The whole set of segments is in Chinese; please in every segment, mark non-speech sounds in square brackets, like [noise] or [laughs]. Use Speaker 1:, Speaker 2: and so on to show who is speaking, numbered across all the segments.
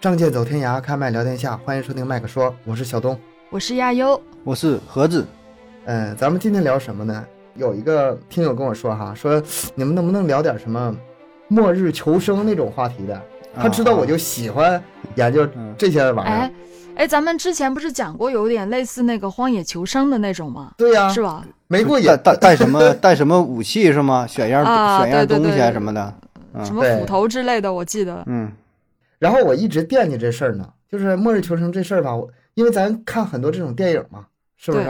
Speaker 1: 仗剑走天涯，开麦聊天下，欢迎收听麦克说，我是小东。
Speaker 2: 我是亚优，
Speaker 3: 我是盒子，
Speaker 1: 嗯，咱们今天聊什么呢？有一个听友跟我说哈，说你们能不能聊点什么末日求生那种话题的？
Speaker 2: 啊
Speaker 1: 他
Speaker 3: 啊
Speaker 1: 知道我就喜欢研究
Speaker 3: 嗯
Speaker 1: 这些玩意儿。
Speaker 2: 哎，哎，咱们之前不是讲过有点类似那个荒野求生的那种吗？
Speaker 1: 对
Speaker 3: 啊
Speaker 1: 呀、
Speaker 2: 是吧？
Speaker 1: 没过瘾
Speaker 3: 带。带带什么 [laughs] 带什么武器是吗？选样
Speaker 2: 啊
Speaker 3: 选
Speaker 2: 对
Speaker 3: 样
Speaker 2: 对
Speaker 3: 东西啊
Speaker 2: 对
Speaker 3: 什么的，
Speaker 2: 什
Speaker 3: 嗯
Speaker 2: 么
Speaker 1: 对
Speaker 2: 斧头之类的，我记得。
Speaker 3: 嗯
Speaker 1: [laughs] 然后我一直惦记这事儿呢，就是末日求生这事儿吧，我因为咱看很多这种电影嘛，是不是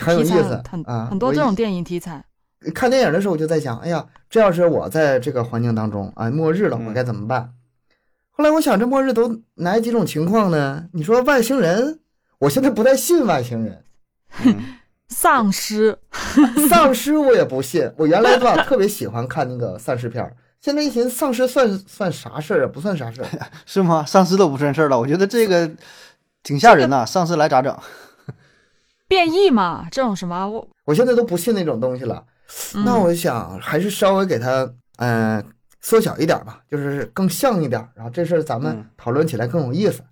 Speaker 1: 很有
Speaker 2: 题
Speaker 1: 意
Speaker 2: 材
Speaker 1: 思
Speaker 2: 很
Speaker 1: 啊？
Speaker 2: 很多这
Speaker 1: 我一
Speaker 2: 种电影题材，
Speaker 1: 看电影的时候，我就在想，哎呀，这要是我在这个环境当中，啊，末日了，
Speaker 3: 嗯
Speaker 1: 我该怎么办？后来我想，这末日都哪几种情况呢？你说外星人，我现在不太信外星人，
Speaker 3: 嗯
Speaker 2: 丧尸
Speaker 1: 丧尸我也不信。我原来吧特别喜欢看那个丧尸片儿，现在一寻丧尸算算啥事儿啊？不算啥事儿。
Speaker 3: 是吗？丧尸都不算事儿了，我觉得这个挺吓人呐，丧尸来咋整？
Speaker 2: 变异嘛，这种什么我
Speaker 1: 我现在都不信那种东西了。
Speaker 2: 嗯
Speaker 1: 那我想还是稍微给它，嗯、缩小一点吧，就是更像一点，然后这事儿咱们
Speaker 3: 嗯
Speaker 1: 讨论起来更有意思。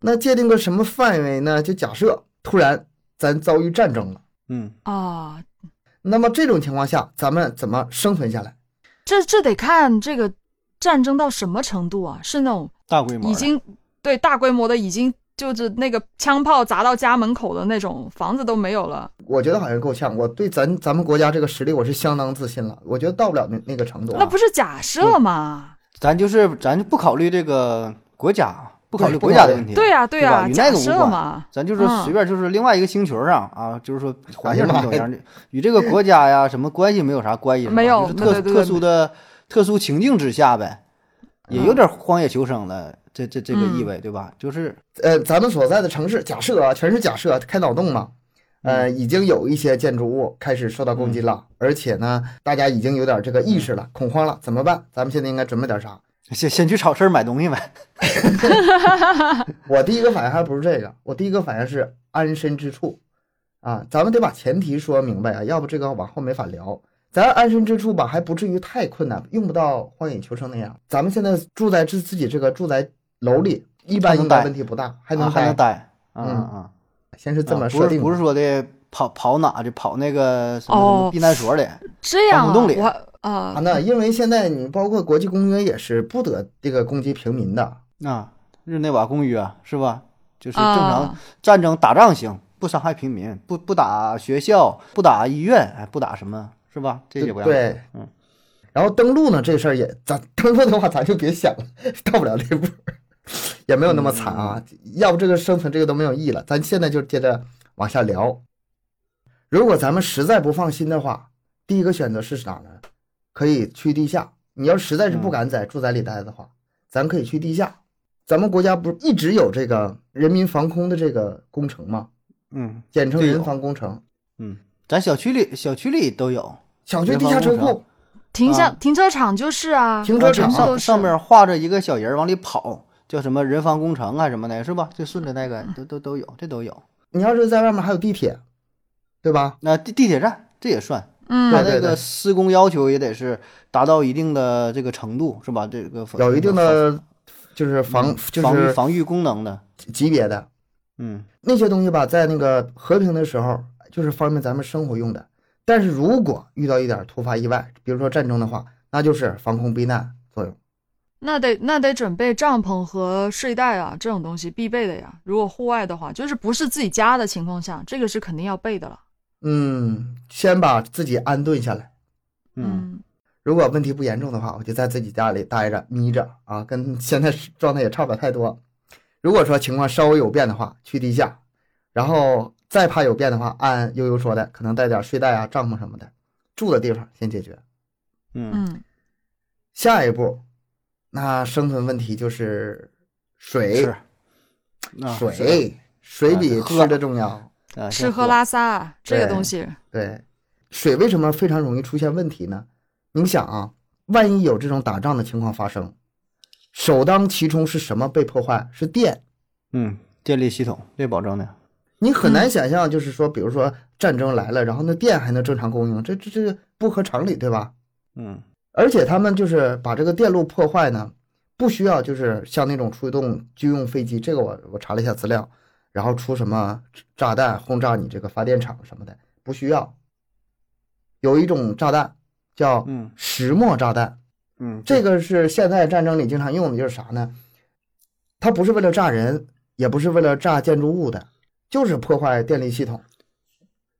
Speaker 1: 那界定个什么范围呢？就假设突然咱遭遇战争了，
Speaker 3: 嗯，
Speaker 2: 啊，
Speaker 1: 那么这种情况下，咱们怎么生存下来？
Speaker 2: 这这得看这个战争到什么程度啊？是那种
Speaker 3: 大规模的
Speaker 2: 已经对大规模的，已经就是那个枪炮砸到家门口的那种，房子都没有了。
Speaker 1: 我觉得好像够呛，我对咱咱们国家这个实力我是相当自信了，我觉得到不了那那个程度啊。
Speaker 2: 那不是假设嘛？
Speaker 3: 咱就是咱不考虑这个国家，不考虑
Speaker 1: 对
Speaker 3: 国家
Speaker 1: 不
Speaker 3: 的
Speaker 1: 考虑
Speaker 3: 问题，
Speaker 2: 对呀、对呀、
Speaker 3: 啊吧与那
Speaker 2: 假
Speaker 3: 个无
Speaker 2: 设
Speaker 3: 关
Speaker 2: 嘛。
Speaker 3: 咱就是
Speaker 2: 嗯
Speaker 3: 随便就是另外一个星球上啊，就是说环境
Speaker 1: 哎呀
Speaker 3: 什
Speaker 1: 妈
Speaker 3: 么
Speaker 1: 呀
Speaker 3: 怎么样，与这个国家呀什么关系没有啥关系，是吧
Speaker 2: 没有
Speaker 3: 就是
Speaker 2: 对
Speaker 3: 特
Speaker 2: 对对
Speaker 3: 特殊的特殊情境之下呗，也
Speaker 2: 嗯
Speaker 3: 有点荒野求生的这这这个意
Speaker 2: 嗯
Speaker 3: 味，对吧？就是 [laughs]
Speaker 1: 呃，咱们所在的城市，假设啊，全是假设，开脑洞嘛，呃，
Speaker 3: 嗯
Speaker 1: 已经有一些建筑物开始受到攻击了，而且呢，大家已经有点这个意识了，恐慌了，怎么办？咱们现在应该准备点啥？
Speaker 3: 先先去超市买东西呗，
Speaker 1: 我第一个反应还不是这个，我第一个反应是安身之处，啊，咱们得把前提说明白啊，要不这个往后没法聊。咱安身之处吧，还不至于太困难，用不到荒野求生那样。咱们现在住在自自己这个住宅楼里，一般
Speaker 3: 还能
Speaker 1: 应该
Speaker 3: 待
Speaker 1: 问题不大， [laughs] 还
Speaker 3: 还
Speaker 1: 能
Speaker 3: 还
Speaker 1: 待。
Speaker 3: 能待，
Speaker 1: 嗯
Speaker 3: 啊啊，
Speaker 1: 先是这么
Speaker 3: 啊
Speaker 1: 设
Speaker 3: 不是
Speaker 1: 定的，
Speaker 3: 不是说的跑跑哪去，跑那个什么什
Speaker 2: 哦
Speaker 3: 么避难所里，
Speaker 2: 这样、啊，
Speaker 3: 防空洞里
Speaker 2: 我啊、
Speaker 1: 啊，那因为现在你包括国际公约也是不得这个攻击平民的，
Speaker 3: 啊，日内瓦公约啊是吧？就是正常
Speaker 2: 啊，
Speaker 3: 战争打仗行，不伤害平民，不不打学校，不打医院，哎，不打什么是吧？这些
Speaker 1: 对
Speaker 3: 不要。
Speaker 1: 对，
Speaker 3: 嗯。
Speaker 1: 然后登陆呢，这事儿也咱登陆的话，咱就别想了，到不了那步，也没有那么惨啊。
Speaker 3: 嗯
Speaker 1: 要不这个生存这个都没有意义了，咱现在就接着往下聊。如果咱们实在不放心的话，第一个选择是哪呢？可以去地下。你要实在是
Speaker 3: 嗯
Speaker 1: 不敢在住宅里待的话，咱可以去地下。咱们国家不是一直有这个人民防空的这个工程吗？
Speaker 3: 嗯，
Speaker 1: 简称
Speaker 3: 对
Speaker 1: 人
Speaker 3: 有
Speaker 1: 防工程，
Speaker 3: 咱小区里小区里都有
Speaker 1: 小区地下车
Speaker 3: 人防工
Speaker 1: 库
Speaker 3: 程、
Speaker 2: 停下、
Speaker 3: 啊
Speaker 2: 停车场就是啊，
Speaker 1: 停车场
Speaker 2: 啊
Speaker 3: 上
Speaker 2: 都是
Speaker 3: 上面画着一个小人儿往里跑，叫什么人防工程啊什么的，是吧？就顺着那个
Speaker 2: 嗯
Speaker 3: 都都都有，这都有。
Speaker 1: 你要是在外面还有地铁，对吧？
Speaker 3: 那、地地铁站这也算，它
Speaker 2: 嗯，
Speaker 1: 对对
Speaker 3: 那
Speaker 1: 对
Speaker 3: 个施工要求也得是达到一定的这个程度，是吧？这个
Speaker 1: 有一定的就是防就
Speaker 3: 防御
Speaker 1: 是
Speaker 3: 防御功能的，
Speaker 1: 级别的
Speaker 3: 嗯
Speaker 1: 那些东西吧，在那个和平的时候，就是方便咱们生活用的。但是如果遇到一点突发意外，比如说战争的话，那就是防空避难作用。
Speaker 2: 那得那得准备帐篷和睡袋啊，这种东西必备的呀。如果户外的话，就是不是自己家的情况下，这个是肯定要备的了。
Speaker 1: 嗯，先把自己安顿下来。
Speaker 3: 嗯，
Speaker 1: 如果问题不严重的话，我就在自己家里待着眯着啊，跟现在是状态也差不了太多。如果说情况稍微有变的话，去地下，然后再怕有变的话，按悠悠说的，可能带点睡袋啊、帐篷什么的，住的地方先解决。
Speaker 3: 嗯
Speaker 2: 嗯
Speaker 1: 下一步，那生存问题就是水，
Speaker 3: 是，啊是哎
Speaker 1: 水，水比吃的重要。
Speaker 3: 啊，
Speaker 2: 嗯吃
Speaker 3: 先
Speaker 2: 喝拉撒啊这个
Speaker 1: 对
Speaker 2: 东西，
Speaker 1: 对，水为什么非常容易出现问题呢？你想啊，万一有这种打仗的情况发生，首当其冲是什么被破坏？是电。
Speaker 3: 嗯，电力系统这保证的。
Speaker 1: 你很难想象，就是说，比如说战争来了，然后那电还能正常供应，这这这不合常理，对吧？
Speaker 3: 嗯
Speaker 1: 而且他们就是把这个电路破坏呢，不需要就是像那种出动军用飞机，这个我我查了一下资料，然后出什么炸弹轰炸你这个发电厂什么的，不需要。有一种炸弹叫
Speaker 3: 嗯
Speaker 1: 石墨炸弹，
Speaker 3: 嗯，
Speaker 1: 这个是现在战争里经常用的，就是啥呢？它不是为了炸人，也不是为了炸建筑物的，就是破坏电力系统。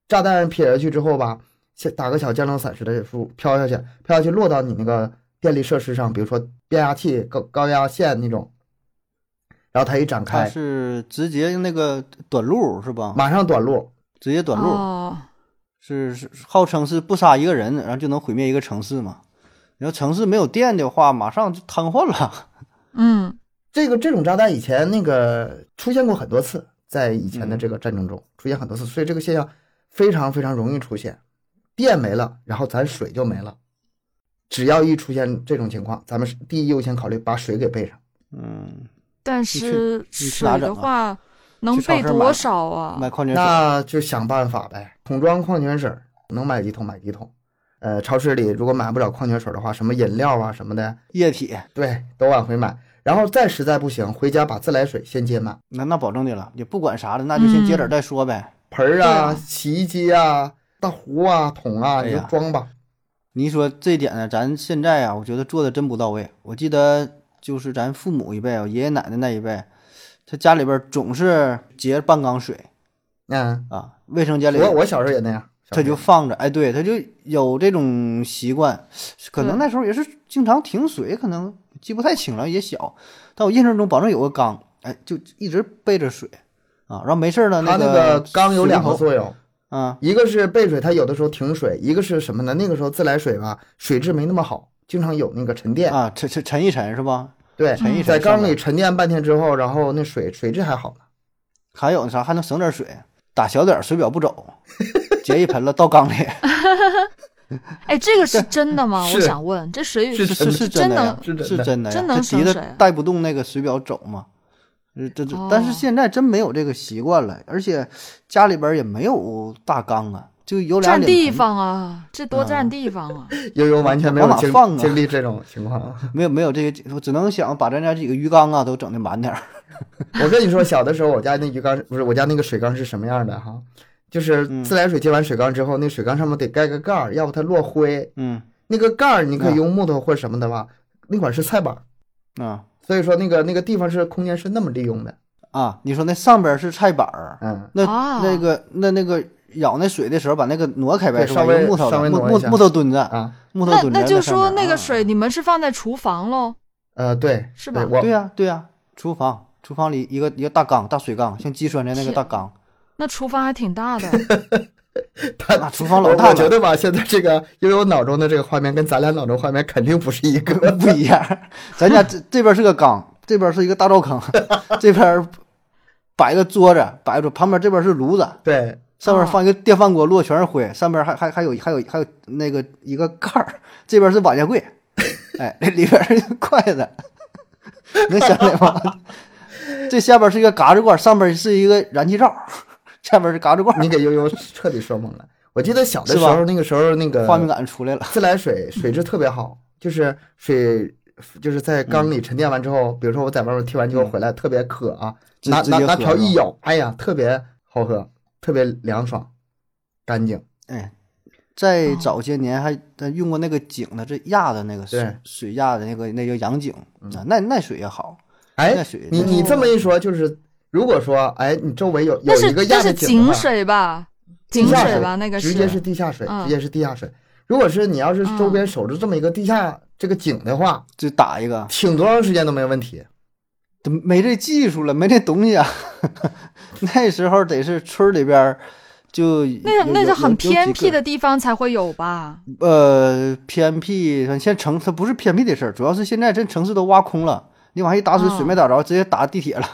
Speaker 1: 炸弹撇下去之后吧，先打个小降落伞似的，飘下去，飘下去落到你那个电力设施上，比如说变压器、高高压线那种，然后它一展
Speaker 3: 它
Speaker 1: 开，
Speaker 3: 是直接那个短路是吧？
Speaker 1: 马上短路。
Speaker 3: 直接短路、
Speaker 2: 哦，
Speaker 3: 是是号称是不杀一个人，然后就能毁灭一个城市嘛。你要城市没有电的话，马上就瘫痪了。
Speaker 2: 嗯，
Speaker 1: 这个这种炸弹以前那个出现过很多次，在以前的这个战争中、出现很多次，所以这个现象非常非常容易出现。电没了，然后咱水就没了。只要一出现这种情况，咱们是第一优先考虑把水给备上。
Speaker 3: 嗯，
Speaker 2: 但
Speaker 3: 去
Speaker 2: 是
Speaker 3: 去
Speaker 2: 水
Speaker 3: 哪
Speaker 2: 的
Speaker 3: 整啊
Speaker 2: 话能
Speaker 3: 去超
Speaker 2: 备
Speaker 3: 市买
Speaker 2: 多少啊？
Speaker 3: 买矿泉水，
Speaker 1: 那就想办法呗，桶装矿泉水能买几桶买几桶。呃，超市里如果买不了矿泉水的话，什么饮料啊什么的，
Speaker 3: 液体
Speaker 1: 对，都往回买。然后再实在不行，回家把自来水先接满，
Speaker 3: 那那保证的了，也不管啥了，那就先接点
Speaker 2: 嗯
Speaker 3: 再说呗。
Speaker 1: 盆儿
Speaker 2: 对
Speaker 1: 啊、
Speaker 2: 啊
Speaker 1: 洗衣机啊、大壶啊、桶啊，
Speaker 3: 哎
Speaker 1: 你就
Speaker 3: 呀
Speaker 1: 装吧。
Speaker 3: 你一说这一点呢，咱现在啊，我觉得做的真不到位。我记得就是咱父母一辈啊，爷爷奶奶那一辈，他家里边总是截半缸水
Speaker 1: 嗯，
Speaker 3: 啊，卫生间里
Speaker 1: 我我小时候也那样，小
Speaker 3: 他
Speaker 1: 时
Speaker 3: 就
Speaker 1: 候
Speaker 3: 放着，哎，对，他就有这种习惯，可能
Speaker 1: 嗯
Speaker 2: 对
Speaker 3: 那时候也是经常停水，可能记不太清了，也小，但我印象中保证有个缸，哎，就一直备着水啊，然后没事儿呢，
Speaker 1: 它那
Speaker 3: 个
Speaker 1: 个缸有
Speaker 3: 水
Speaker 1: 两
Speaker 3: 龙
Speaker 1: 个
Speaker 3: 头
Speaker 1: 作用，
Speaker 3: 啊，
Speaker 1: 一个是备水，它有的时候停水；一个是什么呢？那个时候自来水吧，水质没那么好，经常有那个沉淀。
Speaker 3: 啊，沉沉沉一沉是吧？
Speaker 1: 对，
Speaker 2: 沉一
Speaker 1: 在
Speaker 3: 沉上
Speaker 1: 缸
Speaker 3: 来
Speaker 1: 里沉淀半天之后，然后那水水质还好呢。
Speaker 3: 还有那啥，还能省点水，打小点儿水表不
Speaker 1: [laughs]
Speaker 3: 走，结一盆了倒缸里，
Speaker 2: 哎，这个
Speaker 3: [laughs]
Speaker 2: 是真的吗？我
Speaker 1: 是
Speaker 2: 想问，这水
Speaker 1: 是
Speaker 3: 是是
Speaker 2: 是
Speaker 3: 是
Speaker 2: 真
Speaker 3: 的呀
Speaker 2: 能，
Speaker 1: 是真
Speaker 3: 是
Speaker 1: 的
Speaker 3: 真的呀，
Speaker 2: 真能
Speaker 3: 这
Speaker 2: 省
Speaker 3: 敌的
Speaker 2: 水啊
Speaker 3: 带不动那个水表走嘛。呃，这这，但是
Speaker 2: 哦
Speaker 3: 现在真没有这个习惯了，而且家里边也没有大缸啊，就有俩
Speaker 2: 占
Speaker 3: 脸
Speaker 2: 地
Speaker 3: 盆，
Speaker 2: 方啊，
Speaker 3: 嗯
Speaker 2: 这多占地方
Speaker 3: [laughs]
Speaker 2: 啊！
Speaker 1: 悠悠完全没有
Speaker 3: 往哪
Speaker 1: 经
Speaker 3: 放啊
Speaker 1: 经历这种情况 [laughs] 啊。
Speaker 3: 没有没有这个，我只能想把咱家几个鱼缸啊都整的满点儿。
Speaker 1: 我跟你说，小的时候我家那鱼缸不是我家那个水缸是什么样的哈？就是
Speaker 3: 嗯
Speaker 1: 自来水接完水缸之后，那水缸上面得盖个盖儿，要不它落灰。
Speaker 3: 嗯
Speaker 1: 那个盖儿你可以
Speaker 3: 嗯
Speaker 1: 用木头或什么的吧，那块儿是菜板儿，
Speaker 3: 啊
Speaker 1: 所以说那个那个地方是空间是那么利用的。
Speaker 3: 啊，你说那上边是菜板儿，
Speaker 1: 嗯，
Speaker 3: 那、
Speaker 2: 啊
Speaker 3: 那个那那个舀那水的时候把那个挪开呗，
Speaker 1: 对
Speaker 3: 是吧？
Speaker 1: 稍微
Speaker 3: 用木头的
Speaker 1: 稍微
Speaker 3: 木
Speaker 1: 挪一
Speaker 3: 木
Speaker 1: 下
Speaker 3: 木头墩子，
Speaker 1: 啊，
Speaker 3: 木头
Speaker 2: 那
Speaker 3: 墩子
Speaker 2: 那就
Speaker 3: 上
Speaker 2: 说
Speaker 3: 面
Speaker 2: 那
Speaker 3: 啊
Speaker 2: 个水你们是放在厨房喽？
Speaker 1: 呃，对，
Speaker 2: 是吧
Speaker 1: 对我
Speaker 3: 对呀、对呀、厨房厨房里一个一个大缸大水缸，像鸡栓的那个大缸。
Speaker 2: 那厨房还挺大的，
Speaker 1: 他
Speaker 3: 啊厨房老
Speaker 1: 我
Speaker 3: 大
Speaker 1: 我
Speaker 3: 了
Speaker 1: 觉得吧，现在这个悠悠脑中的这个画面跟咱俩脑中画面肯定不是一个。
Speaker 3: [laughs] 不一样。咱家这这边是个缸，这边是一个大
Speaker 1: [laughs]
Speaker 3: 灶坑，这边摆个桌子，摆着旁边这边是炉子，
Speaker 1: 对，
Speaker 3: 上面放一个电饭锅，落全是灰，上面还还还有还有还有那个一个盖儿，这边是瓦架
Speaker 1: [laughs]
Speaker 3: 柜，哎，里边是筷子，能想起来吗？这下边是一个嘎子罐，上边是一个燃气灶，下边是嘎子罐，
Speaker 1: 你给悠悠彻底说懵了。我记得小的
Speaker 3: 是
Speaker 1: 时
Speaker 3: 吧
Speaker 1: 候，那个时候那个
Speaker 3: 画面感出来了。 [laughs]
Speaker 1: 自来水水质特别好，就是水就是在缸
Speaker 3: 嗯
Speaker 1: 里沉淀完之后，比如说我在外面踢完球回来特别渴啊，
Speaker 3: 直
Speaker 1: 拿
Speaker 3: 直
Speaker 1: 拿
Speaker 3: 接
Speaker 1: 拿
Speaker 3: 喝
Speaker 1: 瓢一
Speaker 3: 是
Speaker 1: 舀，哎呀，特别好喝，特别凉爽，干净。
Speaker 3: 哎，
Speaker 2: 哦
Speaker 3: 在早些年还咱用过那个井的，这压的那个水
Speaker 1: 对
Speaker 3: 水压的那个那叫洋井啊，那那水也好，那
Speaker 1: 哎，
Speaker 3: 水嗯
Speaker 1: 你你这么一说，就是如果说哎，你周围有有
Speaker 2: 那是
Speaker 1: 一个
Speaker 2: 那
Speaker 1: 压
Speaker 2: 是
Speaker 1: 的井的
Speaker 2: 井
Speaker 1: 话。
Speaker 2: 水吧？
Speaker 1: 地
Speaker 2: 井
Speaker 1: 下
Speaker 2: 水吧，那个
Speaker 1: 直接是地下水，
Speaker 2: 嗯
Speaker 1: 直接是地下水。如果是你要是周边守着这么一个地下这个井的话，
Speaker 3: 就打一个，
Speaker 1: 挺多长时间都没问题。
Speaker 3: 都没这技术了，没这东西啊。 [laughs] 那时候得是村里边儿就
Speaker 2: 那
Speaker 3: 有
Speaker 2: 那
Speaker 3: 有
Speaker 2: 是
Speaker 3: 有
Speaker 2: 很
Speaker 3: 有几
Speaker 2: 偏僻
Speaker 3: 个
Speaker 2: 的地方才会有吧？
Speaker 3: 呃，偏僻，现在城它不是偏僻的事儿，主要是现在这城市都挖空了，你往下一打水，
Speaker 2: 嗯
Speaker 3: 水没打着，直接打地铁了。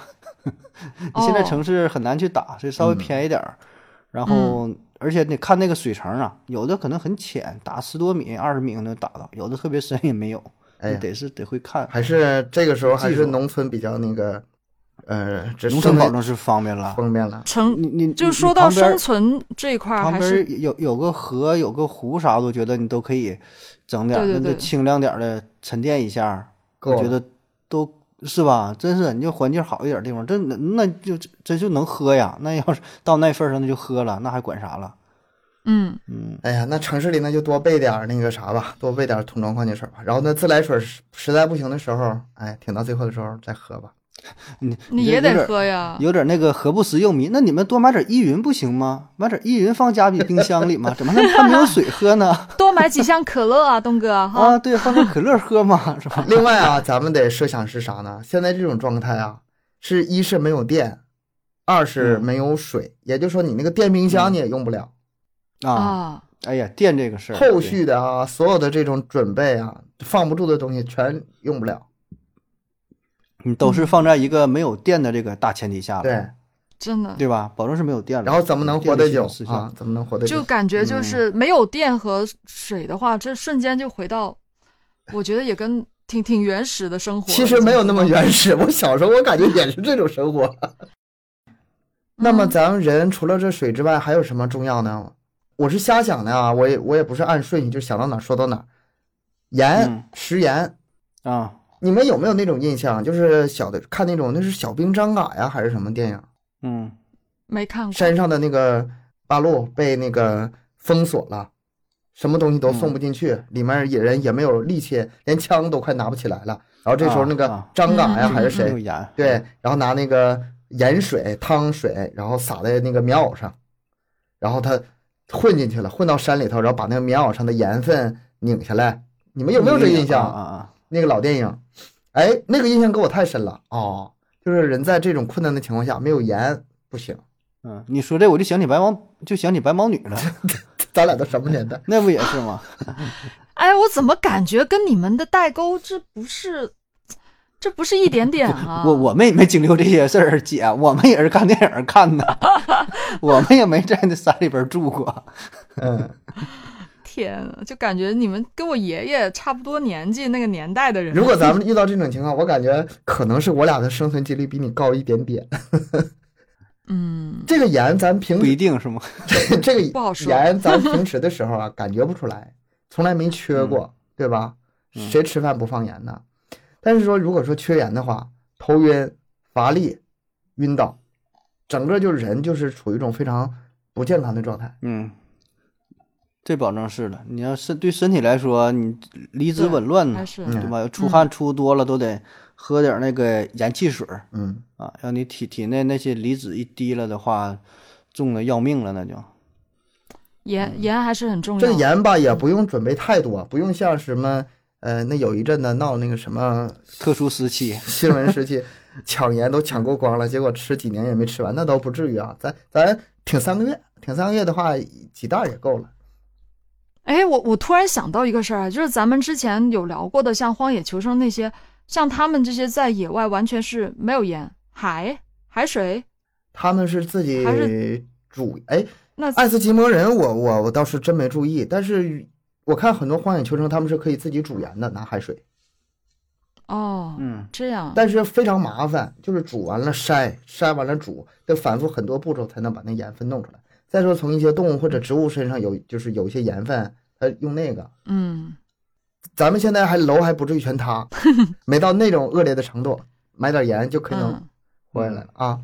Speaker 3: [laughs] 你现在
Speaker 2: 哦
Speaker 3: 城市很难去打，所以稍微
Speaker 1: 嗯
Speaker 3: 偏一点儿。然后，
Speaker 2: 嗯
Speaker 3: 而且你看那个水层啊，有的可能很浅，打十多米、二十米可能打到，有的特别深也没有。
Speaker 1: 哎
Speaker 3: 你
Speaker 1: 呀，
Speaker 3: 得是得会看，
Speaker 1: 还是这个时候还
Speaker 3: 技
Speaker 1: 是
Speaker 3: 术
Speaker 1: 农村比较那个，呃，这
Speaker 3: 农村保啊
Speaker 1: 生
Speaker 3: 证是方便了
Speaker 1: 态。方便了。
Speaker 2: 成
Speaker 3: 你你
Speaker 2: 就
Speaker 3: 你
Speaker 2: 说
Speaker 3: 你
Speaker 2: 到
Speaker 3: 嗯旁边
Speaker 2: 生存这一块儿，
Speaker 3: 旁
Speaker 2: 啊还
Speaker 3: 边
Speaker 2: 是
Speaker 3: 有有个河，有个湖啥的，我觉得你都可以整点儿，
Speaker 2: 对对
Speaker 3: 那就
Speaker 2: 对
Speaker 3: 清凉点儿的沉淀一下儿，
Speaker 1: 够
Speaker 3: 我觉
Speaker 1: 了
Speaker 3: 得都是吧？真是，你就环境好一点地方，真那那就真就能喝呀。那要是到那份儿上，那就喝了，那还管啥了？
Speaker 2: 嗯，
Speaker 3: 嗯，
Speaker 1: 哎呀，那城市里那就多备点儿那个啥吧，多备点儿桶装矿泉水吧。然后那自来水实实在不行的时候，哎，挺到最后的时候再喝吧。
Speaker 3: 你
Speaker 2: 你
Speaker 3: 这
Speaker 2: 也
Speaker 3: 有点
Speaker 2: 得喝呀。
Speaker 3: 有点那个何不食用迷。那你们多买点依云不行吗？买点依云放家里冰箱里嘛，怎么能还没有水
Speaker 2: [laughs]
Speaker 3: 喝呢？
Speaker 2: 多买几箱可乐啊，东哥哈。
Speaker 3: 啊，对，放点可乐喝嘛，是吧？
Speaker 1: 另外啊，咱们得设想是啥呢？现在这种状态啊，是一是没有电，二是
Speaker 3: 嗯
Speaker 1: 没有水，也就是说你那个电冰箱你也用不了。
Speaker 2: [laughs]
Speaker 3: 啊，
Speaker 2: 啊，
Speaker 3: 哎呀，电这个事儿，
Speaker 1: 后
Speaker 3: 对
Speaker 1: 续的啊，所有的这种准备啊，放不住的东西全用不了。
Speaker 3: 你都是放在一个没有电的这个大前提下了，
Speaker 1: 对，
Speaker 2: 真的，
Speaker 3: 对吧？保证是没有电了，
Speaker 1: 然后怎么能活得久
Speaker 3: 啊电力是有失效
Speaker 1: 啊？？怎么能活得
Speaker 2: 就
Speaker 1: 久？
Speaker 2: 感觉就是没有电和水的话，这瞬间就回到，我觉得也跟挺挺原始的生活了。
Speaker 1: 其实没有那么原始，我小时候我感觉也是这种生
Speaker 2: [laughs]
Speaker 1: 活。那
Speaker 2: 嗯
Speaker 1: 么咱们人除了这水之外，还有什么重要呢？我是瞎想的啊，我也我也不是按顺序，就想到哪儿说到哪儿。
Speaker 3: 嗯
Speaker 1: 盐，食盐，
Speaker 3: 啊，
Speaker 1: 你们有没有那种印象？就是小的看那种那是小兵张嘎呀，还是什么电影？
Speaker 3: 嗯
Speaker 2: 没看过，
Speaker 1: 山上的那个八路被那个封锁了，什么东西都送
Speaker 2: 嗯
Speaker 1: 不进去，里面也人也没有力气，连枪都快拿不起来了。然后这时候
Speaker 3: 啊
Speaker 1: 那个
Speaker 3: 啊
Speaker 1: 张嘎呀、
Speaker 2: 嗯
Speaker 1: 还是
Speaker 3: 没有
Speaker 1: 谁，
Speaker 3: 盐，
Speaker 1: 对，然后拿那个盐水、汤水，然后撒在那个棉袄上，然后他混进去了，混到山里头，然后把那个棉袄上的盐分拧下来。你们有没有这个印象？
Speaker 3: 啊啊
Speaker 1: 那个老电影，哎，那个印象给我太深了哦，就是人在这种困难的情况下，没有盐不行。 [laughs]
Speaker 3: 啊！嗯，你说这我就想起白毛，就想起白毛女
Speaker 1: [laughs]
Speaker 3: 了，
Speaker 1: 咱俩都什么年代？
Speaker 3: 那不也是吗？
Speaker 2: 哎，我怎么感觉跟你们的代沟这不是，这不是一点点啊？
Speaker 3: 我我们也没经历过这些事儿，姐， [laughs] 我们也是看电影
Speaker 1: [laughs]
Speaker 3: 看的，我们也没在那山里边住过。 [laughs]
Speaker 1: 嗯，
Speaker 2: 天啊，就感觉你们跟我爷爷差不多年纪那个年代的人，
Speaker 1: 如果咱们遇到这种情况，我感觉可能是我俩的生存几率比你高一点点。
Speaker 2: 嗯，
Speaker 1: 这个盐咱平
Speaker 3: 不一定是吗？
Speaker 1: 时这
Speaker 2: 不
Speaker 1: 个
Speaker 2: 好说
Speaker 1: 盐咱平时的时候啊，感觉不出来，从来没缺过，对吧？
Speaker 3: 嗯
Speaker 1: 谁吃饭不放盐呢？但是说如果说缺盐的话，头晕、乏力、晕倒，整个就是人就是处于一种非常不健康的状态。
Speaker 3: 嗯，这保证是了。你要是对身体来说，你离子
Speaker 2: 对
Speaker 3: 紊乱
Speaker 2: 还
Speaker 3: 呢，
Speaker 2: 是
Speaker 1: 嗯
Speaker 3: 对吧？出汗出多了都得喝点那个盐汽水儿
Speaker 1: 嗯，
Speaker 3: 啊，让你体体内那些离子一低了的话，重的要命了，那就。
Speaker 2: 盐盐还是很重要。
Speaker 1: 这个盐吧也不用准备太多，不用像什么呃，那有一阵子闹那个什么
Speaker 3: 特殊时期，
Speaker 1: 新闻时期抢盐都抢够光了，结果吃几年也没吃完，那倒不至于啊。咱咱挺三个月，挺三个月的话，几袋儿也够了。
Speaker 2: 哎，我我突然想到一个事儿啊，就是咱们之前有聊过的，像《荒野求生》那些，像他们这些在野外完全是没有盐，海海水，
Speaker 1: 他们是自己
Speaker 2: 还
Speaker 1: 煮，哎，
Speaker 2: 那
Speaker 1: 爱斯基摩人我，我我倒是真没注意，但是我看很多荒野求生，他们是可以自己煮盐的，拿海水，
Speaker 2: 哦
Speaker 3: 嗯，
Speaker 2: 这样，
Speaker 1: 但是非常麻烦，就是煮完了筛，筛完了煮，得反复很多步骤才能把那盐分弄出来。再说从一些动物或者植物身上有，就是有一些盐分，它用那个，
Speaker 2: 嗯，
Speaker 1: 咱们现在还楼还不至于全
Speaker 2: [laughs]
Speaker 1: 塌，没到那种恶劣的程度，买点盐就可以能
Speaker 2: 嗯，
Speaker 1: 活下来了啊。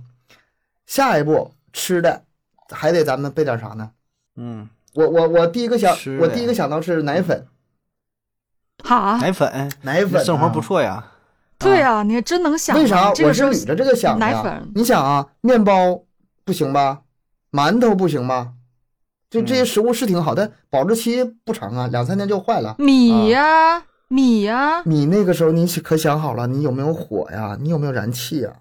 Speaker 1: 下一步吃的还得咱们备点啥呢？
Speaker 3: 嗯，
Speaker 1: 我我我第一个想
Speaker 3: 吃，的
Speaker 1: 我第一个想到是奶粉，
Speaker 2: 好，
Speaker 3: 奶粉，
Speaker 1: 奶粉、啊
Speaker 3: 生活不。错呀。
Speaker 2: 对啊，你还真能想啊，
Speaker 1: 哎为啥
Speaker 2: 这
Speaker 1: 我
Speaker 2: 个时
Speaker 1: 是
Speaker 2: 候
Speaker 1: 捋着这个想的
Speaker 2: 奶
Speaker 1: 呀
Speaker 2: 粉？
Speaker 1: 你想啊，面包不行吧，馒头不行吧，就这
Speaker 3: 嗯
Speaker 1: 些食物是挺好，但保质期不长啊，两三天就坏了。
Speaker 2: 米呀、米呀、
Speaker 1: 你那个时候你可想好了，你有没有火呀？你有没有燃气呀？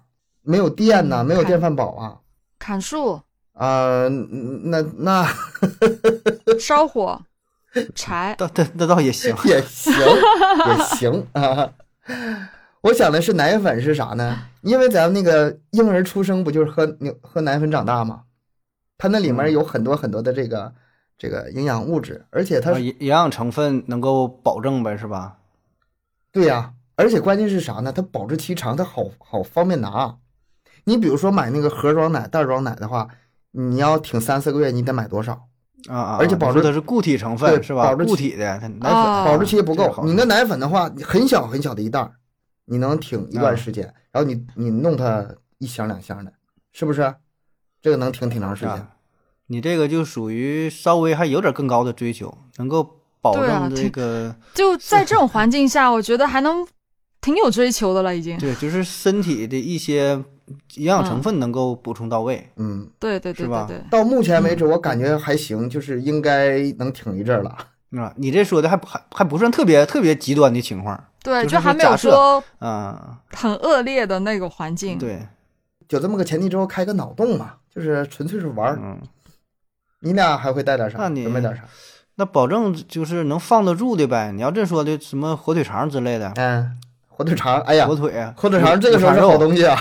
Speaker 1: 没有电呐、
Speaker 2: 嗯
Speaker 1: 没有
Speaker 2: 看
Speaker 1: 电饭煲啊。
Speaker 2: 砍树、
Speaker 1: 啊、那那
Speaker 2: 烧火、柴，
Speaker 3: 倒倒那倒也行。
Speaker 1: 也行，也行啊。我想的是奶粉是啥呢？因为咱们那个婴儿出生不就是喝牛喝奶粉长大吗？它那里面有很多很多的这个这个营养物质，而且 [laughs] 它
Speaker 3: 啊营营养成分能够保证呗，是吧？
Speaker 1: 对呀、而且关键是啥呢？它保质期长，它好好方便拿。你比如说买那个盒装奶、袋装奶的话，你要挺三四个月，你得买多少？
Speaker 3: 啊啊！
Speaker 1: 而且
Speaker 3: 你
Speaker 1: 保
Speaker 3: 说
Speaker 1: 证
Speaker 3: 它是固体成
Speaker 1: 对
Speaker 3: 分是吧？
Speaker 1: 保质
Speaker 3: 固
Speaker 1: 期
Speaker 3: 体的它奶粉
Speaker 2: 啊
Speaker 1: 保质期不
Speaker 3: 这个
Speaker 1: 够。
Speaker 3: 好
Speaker 1: 你那奶粉的话，很小很小的一袋儿，你能挺一段时间，
Speaker 3: 啊
Speaker 1: 然后你你弄它一箱两箱的，是不是？这个能挺挺长时间。
Speaker 3: 啊你这个就属于稍微还有点更高的追求，能够保
Speaker 2: 对啊
Speaker 3: 证这
Speaker 2: 挺
Speaker 3: 个
Speaker 2: 就在这种环境下，我觉得还能挺有追求的了，已
Speaker 3: [laughs]
Speaker 2: 经。
Speaker 3: 对，就是身体的一些营
Speaker 2: 嗯
Speaker 3: 养成分能够补充到位。
Speaker 1: 嗯，
Speaker 2: 对对对
Speaker 3: 是吧
Speaker 2: 对对，
Speaker 1: 到目前为
Speaker 3: 嗯
Speaker 1: 止我感觉还行，就是应该能挺一阵儿了。
Speaker 3: 啊，你这说的还还还不算特别特别极端的情况
Speaker 2: 对，
Speaker 3: 就是
Speaker 2: 就还
Speaker 3: 说
Speaker 2: 没有
Speaker 3: 假设
Speaker 2: 说
Speaker 3: 啊，
Speaker 2: 很恶劣的那个环
Speaker 1: 嗯
Speaker 2: 境。
Speaker 3: 对，
Speaker 1: 有这么个前提之后，开个脑洞嘛，就是纯粹是玩儿。
Speaker 3: 嗯，
Speaker 1: 你俩还会带点啥？
Speaker 3: 那你
Speaker 1: 准备点啥？
Speaker 3: 那保证就是能放得住的呗。你要这说的什么火腿肠之类的，
Speaker 1: 嗯，火腿肠，哎呀
Speaker 3: 火，腿啊、
Speaker 1: 火腿肠这个时候是好
Speaker 3: 肉、
Speaker 1: 东西啊。，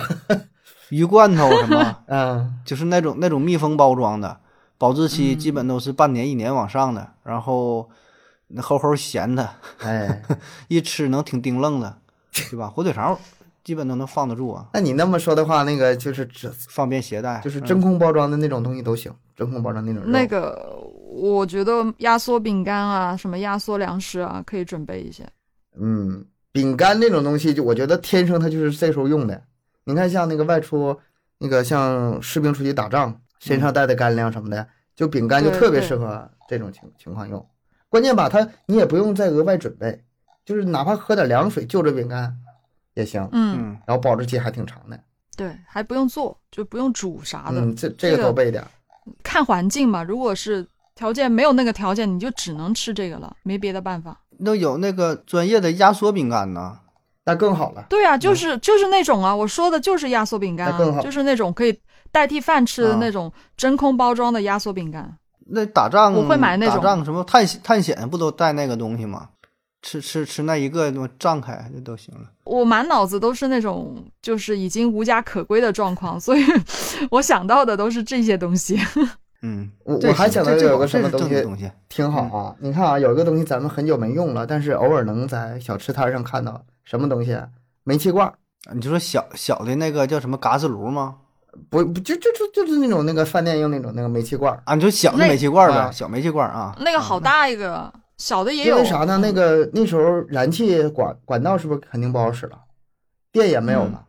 Speaker 3: 鱼罐头什么
Speaker 1: 嗯，
Speaker 3: 就是那种那种密封包装的，保质期基本都是半年一年往上的，然后那齁齁咸的，
Speaker 1: 哎，
Speaker 3: 一吃能挺叮愣的，对吧？火腿肠基本都能放得住啊，
Speaker 1: 那你那么说的话，那个就是只
Speaker 3: 方便携带。
Speaker 1: 就是
Speaker 3: 嗯
Speaker 1: 真空包装的那种东西都行，真空包装那种肉。
Speaker 2: 那个我觉得压缩饼干啊，什么压缩粮食啊，可以准备一些。
Speaker 1: 嗯，饼干这种东西，就我觉得天生它就是这时候用的。你看，像那个外出，那个像士兵出去打仗，身上带的干粮什么的，就饼干就
Speaker 2: 嗯对
Speaker 1: 特别
Speaker 2: 对
Speaker 1: 适合这种情情况用。关键吧，它你也不用再额外准备，就是哪怕喝点凉水就着饼干也行，
Speaker 2: 嗯，
Speaker 3: 嗯，
Speaker 1: 然后保质期还挺长的。
Speaker 2: 对，还不用做，就不用煮啥的，
Speaker 1: 嗯，这这个
Speaker 2: 这
Speaker 1: 多
Speaker 2: 个
Speaker 1: 备点儿。
Speaker 2: 看环境嘛。如果是条件没有那个条件，你就只能吃这个了，没别的办法。
Speaker 3: 那有那个专业的压缩饼干呢，
Speaker 1: 那更好了，
Speaker 3: 嗯
Speaker 2: 对啊，就是、就是那种啊，我说的就是压缩饼干、
Speaker 1: 那更好
Speaker 2: 啊，就是那种可以代替饭吃的
Speaker 3: 啊
Speaker 2: 那种真空包装的压缩饼干。
Speaker 3: 那打仗
Speaker 2: 我会买那种
Speaker 3: 打仗什么探险探险不都带那个东西吗？吃吃吃那一个我胀开那都行了。
Speaker 2: 我满脑子都是那种就是已经无家可归的状况，所以 [laughs] 我想到的都是这些东西。
Speaker 3: 嗯，
Speaker 1: 我
Speaker 3: 这
Speaker 1: 我还
Speaker 3: 行
Speaker 1: 想到
Speaker 3: 这这
Speaker 1: 有
Speaker 3: 好
Speaker 1: 个什
Speaker 3: 这
Speaker 1: 么
Speaker 3: 是
Speaker 1: 东
Speaker 3: 正的
Speaker 1: 西
Speaker 3: 东西，
Speaker 1: 挺好啊。
Speaker 2: 嗯
Speaker 1: 你看啊，有一个东西咱们很久没用了，但是偶尔能在小吃摊上看到，什么东西啊？煤气罐儿。
Speaker 3: 你就说小小的那个叫什么嘎子炉吗？
Speaker 1: 不不就就就就是那种那个饭店用那种那个煤气罐儿，
Speaker 3: 啊，你就小的
Speaker 2: 那
Speaker 3: 煤气罐
Speaker 1: 啊
Speaker 3: 呗，小煤气罐啊。
Speaker 2: 那个好大一个，小的也
Speaker 1: 因
Speaker 2: 有。嗯
Speaker 1: 为啥呢？那个那时候燃气管管道是不是肯定不好使了，电也没有
Speaker 2: 嗯
Speaker 1: 了。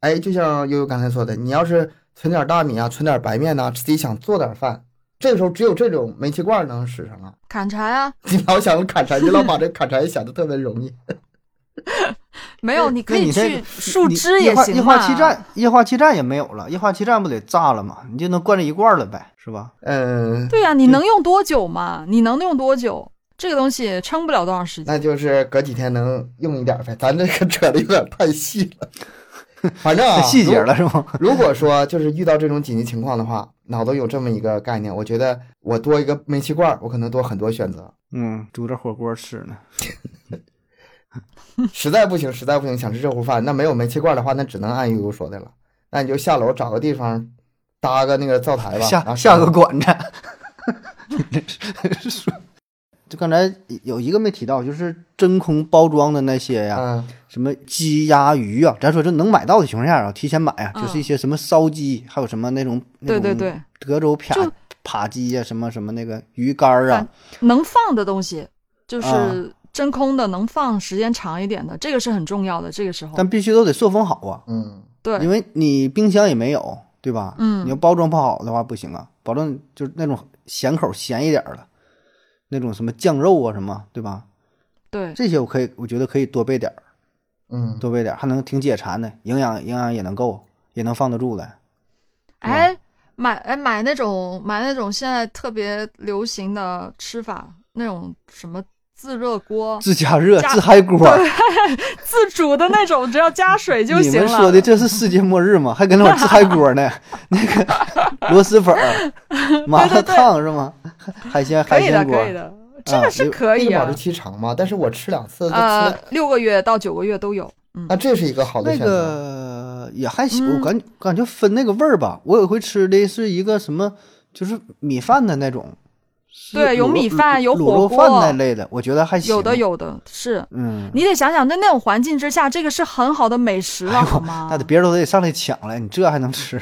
Speaker 1: 哎，就像悠悠刚才说的，你要是存点大米啊，存点白面呐、自己想做点饭，这时候只有这种煤气罐儿能使上了。 [laughs]
Speaker 2: 砍柴啊？
Speaker 1: 你老想砍柴，你老把这砍柴想的特别容易。
Speaker 2: 没有，你可以
Speaker 3: 你这
Speaker 2: 去
Speaker 3: 个
Speaker 2: 树
Speaker 3: 你
Speaker 2: 枝
Speaker 3: 液
Speaker 2: 也
Speaker 3: 化
Speaker 2: 行啊
Speaker 3: 液化
Speaker 2: 嘛
Speaker 3: 气站，液化气站也没有了，液化气站不得炸了吗？你就能灌这一罐了呗，是吧？
Speaker 1: 嗯，
Speaker 2: 对呀、啊你能用多久嘛？你能用多久？这个东西撑不了多长时间。
Speaker 1: 那就是隔几天能用一点儿呗。咱这个 [laughs] 扯的有点太细了，反正啊，
Speaker 3: 太 [laughs] 细节
Speaker 1: 如
Speaker 3: 了是
Speaker 1: [laughs]
Speaker 3: 吗？
Speaker 1: 如果说就是遇到这种紧急情况的话，脑子有这么一个概念，我觉得我多一个煤气罐儿，我可能多很多选择。
Speaker 3: 嗯，煮着火锅吃呢。
Speaker 1: 实在不行，实在不行，想吃热乎饭，那没有煤气罐儿的话，那只能按悠悠说的了。那你就下楼找个地方搭个那个灶台吧，然
Speaker 3: 下
Speaker 1: 后
Speaker 3: 下个馆子。
Speaker 1: [laughs]
Speaker 3: 就刚才有一个没提到，就是真空包装的那些呀，
Speaker 1: 嗯
Speaker 3: 什么鸡鸭鱼啊，咱说这能买到的情况下啊，提前买啊，
Speaker 2: 嗯
Speaker 3: 就是一些什么烧鸡，还有什么那种
Speaker 2: 对对，
Speaker 3: 那种
Speaker 2: 对，
Speaker 3: 德州扒
Speaker 2: 就
Speaker 3: 扒鸡呀、什么什么那个鱼干儿啊
Speaker 2: 反，能放的东西就是
Speaker 3: 啊
Speaker 2: 真空的，能放时间长一点的，这个是很重要的。这个时候，
Speaker 3: 但必须都得塑封好啊，
Speaker 1: 嗯，
Speaker 2: 对
Speaker 3: 因为你冰箱也没有，对吧？
Speaker 2: 嗯
Speaker 3: 你要包装不好的话不行啊，保证就是那种咸口咸一点儿的，那种什么酱肉啊什么，对吧？
Speaker 2: 对，
Speaker 3: 这些我可以，我觉得可以多备点儿，
Speaker 1: 嗯，
Speaker 3: 多备点儿，还能挺解馋的，营养营养也能够，也能放得住
Speaker 2: 哦
Speaker 3: 的。
Speaker 2: 哎，买哎买那种买那种现在特别流行的吃法，那种什么自热锅、
Speaker 3: 自加热、
Speaker 2: 加
Speaker 3: 自嗨锅儿，
Speaker 2: 自煮的那种，只要 [laughs] 加水就
Speaker 3: 你
Speaker 2: 行了。
Speaker 3: 们说的这是世界末日吗？还跟那玩儿自嗨锅呢？
Speaker 2: [laughs]
Speaker 3: 那个螺蛳粉儿、麻辣烫是吗？海鲜
Speaker 2: 可
Speaker 3: 海
Speaker 2: 以
Speaker 3: 鲜
Speaker 2: 的，
Speaker 3: 锅啊
Speaker 2: 可以
Speaker 3: 儿，
Speaker 2: 的，这个是可
Speaker 1: 这
Speaker 2: 以
Speaker 1: 个保
Speaker 2: 啊
Speaker 1: 质。期长嘛，但是我吃两次，那吃
Speaker 2: 呃，六个月到九个月都有。嗯
Speaker 1: 那，这是一个好的
Speaker 3: 那
Speaker 1: 选择。
Speaker 3: 个也还行，
Speaker 2: 嗯
Speaker 3: 我感感觉分那个味儿吧。我有回吃的是一个什么，就是米饭的那种，是
Speaker 2: 对有
Speaker 3: 卤肉
Speaker 2: 米饭有
Speaker 3: 卤
Speaker 2: 火
Speaker 3: 肉
Speaker 2: 锅
Speaker 3: 饭那类的，我觉得还行。啊
Speaker 2: 有的，有的是。
Speaker 3: 嗯，
Speaker 2: 你得想想，在那种环境之下，这个是很好的美食了，好吗
Speaker 3: 哎那？得别人都得上来抢了，你这还能吃？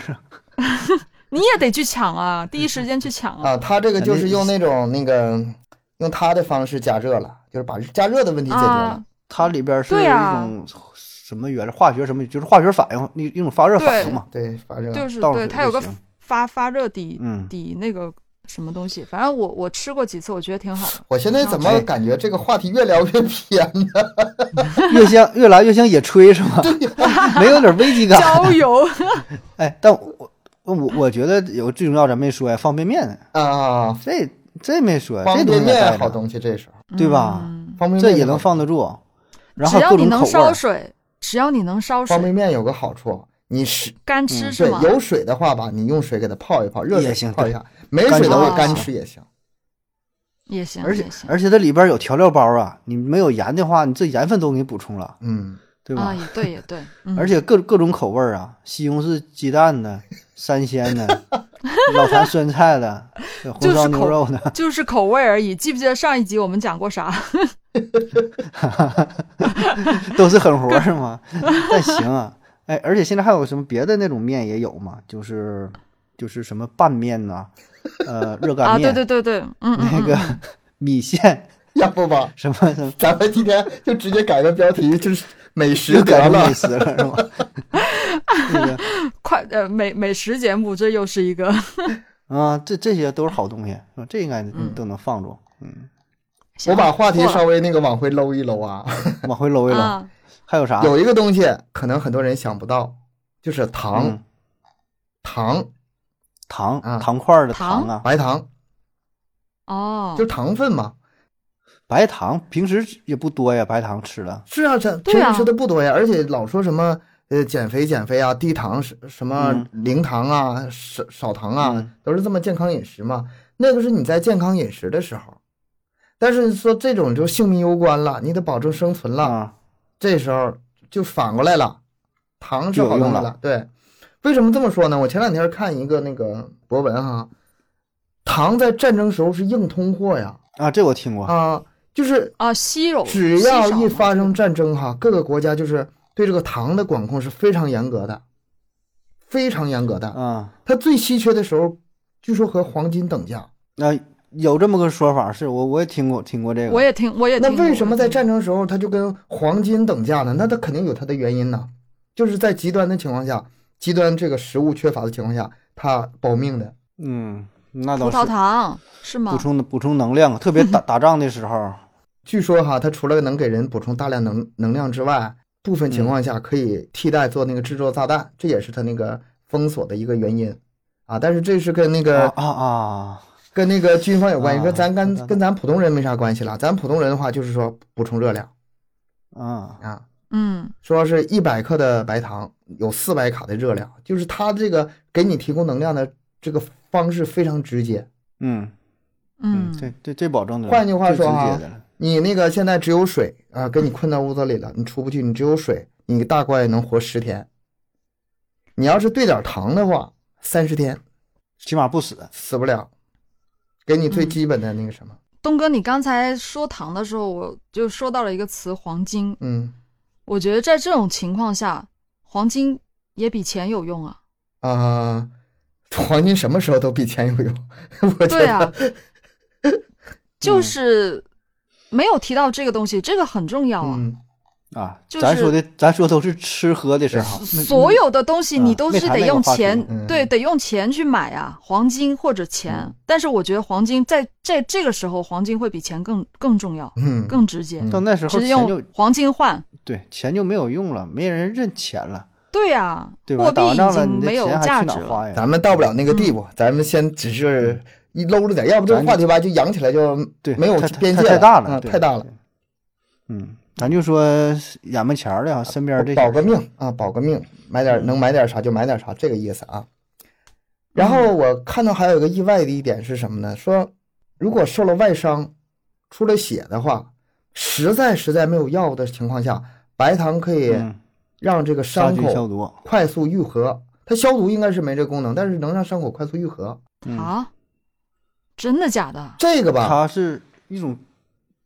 Speaker 3: [laughs]
Speaker 2: 你也得去抢啊，第一时间去抢啊。
Speaker 1: 啊，他这个就
Speaker 3: 肯
Speaker 1: 是
Speaker 3: 定
Speaker 1: 用那种那个用他的方式加热了，就是把加热的问题解决了
Speaker 2: 啊。
Speaker 3: 它里边是
Speaker 2: 对啊
Speaker 3: 一
Speaker 2: 呀
Speaker 3: 种什么原料，化学什么，就是化学反应，一一种发热反应嘛。
Speaker 1: 对，反正
Speaker 2: 就是
Speaker 3: 倒
Speaker 2: 对
Speaker 3: 水
Speaker 2: 它
Speaker 3: 就
Speaker 2: 有个
Speaker 3: 行
Speaker 2: 发发热底、
Speaker 3: 嗯
Speaker 2: 底那个什么东西，反正我我吃过几次，我觉得挺好的。
Speaker 1: 我现在
Speaker 3: 啊
Speaker 1: 怎么感觉这个话题越聊越偏呢？
Speaker 3: 越像越来越像野炊
Speaker 2: [laughs]
Speaker 3: 是吧？没有点危机感。
Speaker 2: 郊游，
Speaker 3: 哎，但我我我觉得有最重要咱没说呀，方便面
Speaker 1: 啊，
Speaker 3: 这这没说，
Speaker 1: 方
Speaker 3: 这东
Speaker 1: 便
Speaker 3: 西也带
Speaker 1: 面
Speaker 3: 着
Speaker 1: 好东西，这是
Speaker 3: [laughs] 对吧？
Speaker 2: 嗯
Speaker 1: 方便面
Speaker 3: 这也
Speaker 1: 有
Speaker 3: 能放得住，然
Speaker 2: 只
Speaker 3: 后
Speaker 2: 要
Speaker 3: 各
Speaker 2: 你
Speaker 3: 种
Speaker 2: 能
Speaker 3: 口味
Speaker 2: 烧
Speaker 3: 儿，
Speaker 2: 水，只要你能烧
Speaker 1: 方便
Speaker 2: 水，
Speaker 1: 面有个好处，你是
Speaker 2: 干吃
Speaker 3: 嗯
Speaker 2: 是
Speaker 1: 对
Speaker 2: 吗？
Speaker 1: 有水的话吧，你用水给它泡一泡，热
Speaker 3: 也
Speaker 1: 水
Speaker 3: 行
Speaker 1: 泡一
Speaker 3: 对啊
Speaker 1: 下；没水的话，
Speaker 2: 干
Speaker 1: 干
Speaker 2: 吃
Speaker 1: 吃也行。
Speaker 2: 也行，
Speaker 3: 而且
Speaker 2: 也行
Speaker 3: 而且它里边有调料包啊，你没有盐的话，你这盐分都给你补充了，
Speaker 1: 嗯，
Speaker 3: 对
Speaker 2: 啊，
Speaker 3: 吧？
Speaker 2: 也对也
Speaker 3: [laughs]
Speaker 2: 对，嗯
Speaker 3: 而且各各种口味儿啊，西红柿鸡蛋的、三鲜的、老坛酸菜的、
Speaker 2: [laughs]
Speaker 3: 对红
Speaker 2: 就是
Speaker 3: 烧牛
Speaker 2: 口
Speaker 3: 肉的，
Speaker 2: 就是口味而已。记不记得上一集我们讲过
Speaker 3: [laughs]
Speaker 2: 啥？啊
Speaker 3: 都是狠活儿是吗？但行啊，哎，而且现在还有什么别的那种面也有嘛，就是就是什么拌面呐、呃，热
Speaker 2: 啊，
Speaker 3: 干面，
Speaker 2: 对对对对，嗯嗯
Speaker 3: 那
Speaker 2: 嗯，
Speaker 3: 个 [laughs] 米线
Speaker 1: 要不吧，
Speaker 3: 什么什么，
Speaker 1: 咱们今天就直接改个标题，就是美食
Speaker 3: 又改
Speaker 1: 得
Speaker 3: 成
Speaker 1: 了
Speaker 3: 美。食了是吗？那个
Speaker 2: 快呃美美食节目，这又是一个
Speaker 3: 啊，这这些都是好东西，是吧这应该都能放住，嗯，
Speaker 1: [laughs] 我把话题
Speaker 2: 过了
Speaker 1: 稍微那个往回搂一搂啊，
Speaker 3: 往回搂一搂，
Speaker 2: 啊，
Speaker 3: 还有
Speaker 1: [laughs]
Speaker 3: 啥？
Speaker 1: 有一个东西可能很多人想不到，就是糖
Speaker 3: 嗯，
Speaker 1: 糖，
Speaker 3: 糖
Speaker 1: 啊
Speaker 3: 糖块儿的
Speaker 2: 糖
Speaker 3: 糖啊，
Speaker 1: 白糖，
Speaker 2: 哦
Speaker 1: 就，糖分嘛。
Speaker 3: 白糖平时也不多呀，白糖吃了，
Speaker 1: 是啊，这
Speaker 2: 对
Speaker 1: 平
Speaker 2: 啊
Speaker 1: 时吃的不多呀，而且老说什么呃减肥减肥啊，低糖什什么
Speaker 3: 嗯
Speaker 1: 零糖啊，少少糖啊，
Speaker 3: 嗯
Speaker 1: 都是这么健康饮食嘛。那个是你在健康饮食的时候，但是说这种就性命攸关了，你得保证生存了，
Speaker 3: 啊，
Speaker 1: 这时候就反过来了，糖是
Speaker 3: 就有
Speaker 1: 好东
Speaker 3: 用
Speaker 1: 西
Speaker 3: 了
Speaker 1: 了。对，为什么这么说呢？我前两天看一个那个博文哈，糖在战争时候是硬通货呀
Speaker 3: 啊，这我听过，
Speaker 1: 啊，就是
Speaker 2: 啊，稀有，
Speaker 1: 只
Speaker 2: 稀
Speaker 1: 要
Speaker 2: 少
Speaker 1: 一
Speaker 2: 嘛
Speaker 1: 发生战争哈，各个国家就是对这个糖的管控是非常严格的，非常严格的。
Speaker 3: 啊，
Speaker 1: 它最稀缺的时候，据说和黄金等价。
Speaker 3: 那有这么个说法，是我我也听过听过这个，
Speaker 2: 我也听我也
Speaker 1: 那
Speaker 2: 听过
Speaker 1: 为什么在？
Speaker 2: 我也听
Speaker 1: 战争时候它就跟黄金等价呢？那它肯定有它的原因呢，就是在极端的情况下，极端这个食物缺乏的情况下，它保命的。
Speaker 3: 嗯，那
Speaker 2: 过葡
Speaker 3: 倒
Speaker 2: 萄
Speaker 3: 是
Speaker 2: 糖是吗
Speaker 3: 补？充补充能量，特别
Speaker 2: [laughs]
Speaker 3: 打打仗的时候，
Speaker 1: 据说哈，它除了能给人补充大量能能量之外，部分情况下可以替代做那个制作炸弹，这也是它那个封锁的一个原因啊。但是这是跟那个、
Speaker 3: 啊啊啊，
Speaker 1: 跟那个军方有关系，
Speaker 3: 啊
Speaker 1: 跟咱
Speaker 3: 炸
Speaker 1: 跟
Speaker 3: 弹
Speaker 1: 跟咱普通人没啥关系了。咱普通人的话就是说补充热量
Speaker 3: 嗯，
Speaker 1: 啊，
Speaker 2: 嗯，
Speaker 1: 说是一百克的白糖有四百卡的热量，就是它这个给你提供能量的这个方式非常直接。
Speaker 3: 嗯
Speaker 2: 嗯，
Speaker 3: 这这这保证的，
Speaker 1: 换句话说啊
Speaker 3: 最直接的了，
Speaker 1: 你那个现在只有水啊，给你困在屋子里了，你出不去，你只有水，你大概能活十天。你要是兑点糖的话，三十天
Speaker 3: 起码不死，
Speaker 1: 死不了，给你
Speaker 2: 嗯
Speaker 1: 最基本的那个什么，
Speaker 2: 东哥，你刚才说糖的时候，我就说到了一个词“黄金
Speaker 1: 嗯”。
Speaker 2: 我觉得在这种情况下，黄金也比钱有用啊。
Speaker 1: 啊、黄金什么时候都比钱有用， [laughs] 我觉
Speaker 2: 对
Speaker 1: 得、
Speaker 2: 啊，
Speaker 3: 嗯
Speaker 2: 就是没有提到这个东西，这个很重要啊。
Speaker 1: 嗯，
Speaker 3: 啊，
Speaker 2: 就是
Speaker 3: 咱说的咱说都是吃喝的时候，
Speaker 2: 所有的东西
Speaker 3: 嗯
Speaker 2: 你都是得用钱
Speaker 3: 那，
Speaker 1: 谈那个话题
Speaker 2: 对，
Speaker 1: 嗯
Speaker 2: 得用钱去买啊，黄金或者钱。
Speaker 3: 嗯
Speaker 2: 但是我觉得黄金在在这个时候，黄金会比钱更更重要、
Speaker 1: 嗯，
Speaker 2: 更直接，
Speaker 1: 嗯
Speaker 3: 到那时候
Speaker 2: 直接
Speaker 3: 钱就
Speaker 2: 用黄金换。
Speaker 3: 对钱就没有用了，没人认钱了，
Speaker 2: 对啊，
Speaker 3: 对吧？
Speaker 2: 货币
Speaker 3: 打完
Speaker 2: 已
Speaker 3: 仗了，你
Speaker 2: 经
Speaker 3: 这
Speaker 2: 没有
Speaker 3: 钱还
Speaker 2: 价
Speaker 3: 去
Speaker 2: 值
Speaker 3: 哪儿
Speaker 2: 了。
Speaker 3: 花呀？
Speaker 1: 咱们到不了那个地步，
Speaker 2: 嗯
Speaker 1: 咱们先只是一搂着点，要不这个
Speaker 3: 咱
Speaker 1: 话题吧就扬起来就
Speaker 3: 对，
Speaker 1: 没有
Speaker 3: 太
Speaker 1: 边界
Speaker 3: 太太大
Speaker 1: 了，
Speaker 3: 了，
Speaker 1: 嗯
Speaker 3: 对
Speaker 1: 太大了，。
Speaker 3: 嗯，咱就说眼巴前儿的啊，身边这些
Speaker 1: 保个命啊，保个命，买点能买点啥就买点啥，这个意思啊。然
Speaker 3: 嗯
Speaker 1: 后我看到还有一个意外的一点是什么呢？说如果受了外伤，出了血的话，实在实在没有药物的情况下，白糖可以
Speaker 3: 嗯
Speaker 1: 让这个
Speaker 3: 杀
Speaker 1: 伤
Speaker 3: 菌消
Speaker 1: 口
Speaker 3: 毒，
Speaker 1: 快速愈合。它消毒应该是没这功能，但是能让伤口快速愈合。
Speaker 3: 嗯
Speaker 2: 啊，真的假的？
Speaker 1: 这个吧，
Speaker 3: 它是一种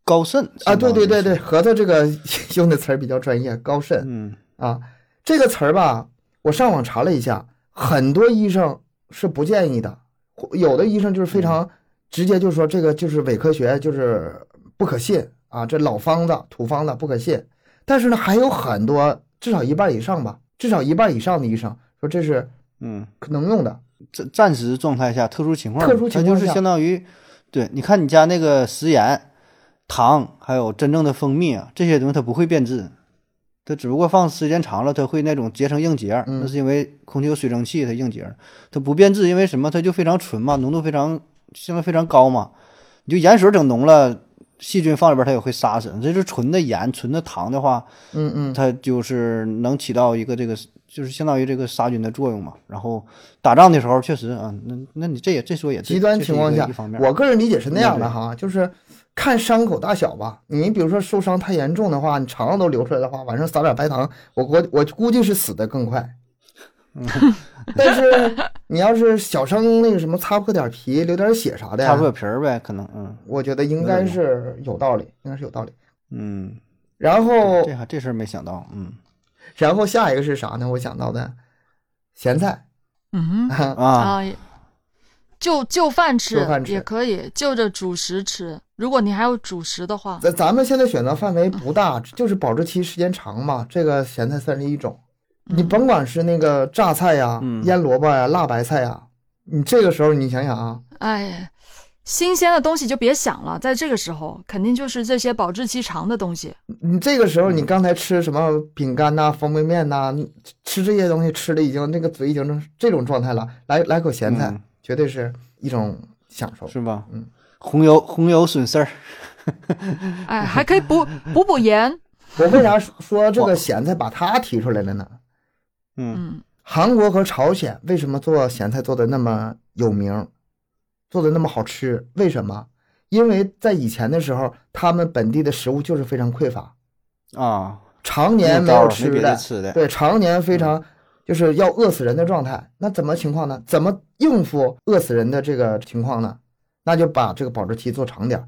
Speaker 3: 高渗
Speaker 1: 啊，对对对，
Speaker 3: 相当于
Speaker 1: 对，
Speaker 3: 是
Speaker 1: 核桃这个 [laughs] 用的词儿比较专业，高渗。
Speaker 3: 嗯
Speaker 1: 啊，这个词儿吧，我上网查了一下，很多医生是不建议的，或有的医生就是非常直接，就说这个就是伪科学，就是不可信啊，这老方子、土方子不可信。但是呢，还有很多，至少一半以上吧，至少一半以上的医生说这是
Speaker 3: 嗯，
Speaker 1: 能用的。
Speaker 3: 暂暂时状态下特殊情况，
Speaker 1: 特殊情况
Speaker 3: 它就是
Speaker 1: 下
Speaker 3: 相当于，对，你看你家那个食盐、糖，还有真正的蜂蜜啊，这些东西它不会变质，它只不过放时间长了，它会那种结成硬结儿，
Speaker 1: 嗯
Speaker 3: 那是因为空气有水蒸气，它硬结儿，它不变质，因为什么？它就非常纯嘛，浓度非常相对非常高嘛，你就盐水整浓了。细菌放里边儿它也会杀死，这是纯的盐、纯的糖的话，
Speaker 1: 嗯嗯，
Speaker 3: 它就是能起到一个这个，就是相当于这个杀菌的作用嘛。然后打仗的时候，确实啊，那那你这也这说也对
Speaker 1: 极端
Speaker 3: 这是
Speaker 1: 情况
Speaker 3: 一个
Speaker 1: 下
Speaker 3: 一方，面
Speaker 1: 我个人理解是那样的
Speaker 3: 对
Speaker 1: 哈，就是看伤口大小吧。你比如说受伤太严重的话，你肠子都流出来的话，晚上撒点白糖，我我我估计是死的更快。
Speaker 3: 嗯
Speaker 1: 但是你要是小伤那个什么，擦破点皮，流点血啥的，
Speaker 3: 擦破皮儿呗，可能嗯
Speaker 1: 我觉得应该是有道理，应该是有道理。
Speaker 3: 嗯，
Speaker 1: 然后
Speaker 3: 这还这事儿没想到，嗯
Speaker 1: 然后下一个是啥呢？我想到的咸菜，
Speaker 2: 嗯哼
Speaker 3: 啊，
Speaker 2: 啊，也就就饭吃
Speaker 1: 就饭吃
Speaker 2: 也可以，就着主食吃。如果你还有主食的话，
Speaker 1: 咱咱们现在选择范围不大，就是保质期时间长嘛。这个咸菜算是一种，你甭管是那个榨菜呀、
Speaker 3: 嗯
Speaker 1: 腌萝卜呀、辣白菜呀，你这个时候你想想啊，
Speaker 2: 哎，新鲜的东西就别想了，在这个时候肯定就是这些保质期长的东西。
Speaker 1: 你这个时候你
Speaker 3: 嗯
Speaker 1: 刚才吃什么饼干呐、方便面呐、你吃这些东西吃的已经那个嘴已经成这种状态了，来来口咸菜，
Speaker 3: 嗯
Speaker 1: 绝对是一种享受。
Speaker 3: 是吧？
Speaker 1: 嗯，
Speaker 3: 红油红油笋丝儿，
Speaker 2: 哎，还可以
Speaker 3: [laughs]
Speaker 2: 补补补盐。
Speaker 1: 我为啥说说这个咸菜把它提出来了呢？
Speaker 3: 嗯
Speaker 2: 嗯
Speaker 1: 韩国和朝鲜为什么做咸菜做的那么有名，做的那么好吃？为什么？因为在以前的时候，他们本地的食物就是非常匮乏，
Speaker 3: 啊，
Speaker 1: 常
Speaker 3: 没
Speaker 1: 年
Speaker 3: 有
Speaker 1: 没
Speaker 3: 招
Speaker 1: 有
Speaker 3: 儿
Speaker 1: 吃
Speaker 3: 没别
Speaker 1: 的
Speaker 3: 的，吃的，
Speaker 1: 对，常年非常
Speaker 3: 嗯
Speaker 1: 就是要饿死人的状态。那怎么情况呢？怎么应付饿死人的这个情况呢？那就把这个保质期做长点儿。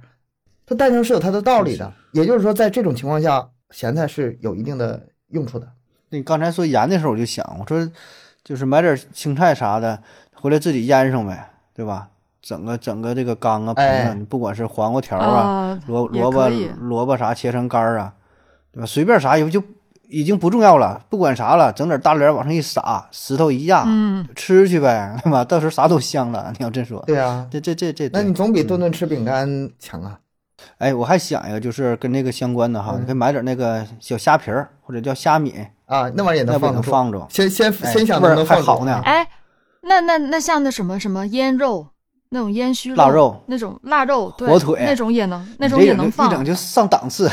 Speaker 1: 它诞生是有它的道理的，也就是说，在这种情况下，咸菜是有一定的用处的。
Speaker 3: 那你刚才说盐的时候，我就想，我说就是买点青菜啥的，回来自己腌上呗，对吧？整个整个这个缸啊、盆啊，
Speaker 1: 哎
Speaker 3: 你不管是黄瓜条
Speaker 2: 啊
Speaker 3: 萝
Speaker 2: 也
Speaker 3: 萝卜
Speaker 2: 可以
Speaker 3: 萝卜啥切成干儿啊，对吧？随便啥也就已经不重要了，不管啥了，整点大帘往上一撒，石头一压，
Speaker 2: 嗯，
Speaker 3: 吃去呗， [laughs] 对吧？到时候啥都香了。你要这说，
Speaker 1: 对啊，
Speaker 3: 这这这这，
Speaker 1: 那
Speaker 3: 对嗯
Speaker 1: 你总比顿顿吃饼干强啊。
Speaker 3: 哎，我还想一个，就是跟这个相关的哈，
Speaker 1: 嗯
Speaker 3: 你可以买点那个小虾皮儿或者叫虾米，
Speaker 1: 啊，那玩意儿也
Speaker 3: 那
Speaker 1: 能
Speaker 3: 不
Speaker 1: 放
Speaker 3: 也
Speaker 1: 得
Speaker 3: 能
Speaker 1: 住。
Speaker 3: 放着？
Speaker 1: 先先
Speaker 3: 哎
Speaker 1: 先想
Speaker 3: 味
Speaker 1: 着
Speaker 3: 儿
Speaker 1: 能
Speaker 3: 还
Speaker 1: 放
Speaker 3: 好
Speaker 1: 住
Speaker 3: 呢
Speaker 2: 哎，那那那像那什么什么腌肉，那种烟熏
Speaker 3: 腊肉
Speaker 2: 那种腊肉，对
Speaker 3: 火腿
Speaker 2: 那种也能，那
Speaker 3: 你
Speaker 2: 种
Speaker 3: 这
Speaker 2: 也
Speaker 3: 整
Speaker 2: 能
Speaker 3: 就一整
Speaker 2: 放。
Speaker 3: 就上
Speaker 2: [laughs]
Speaker 3: 档次。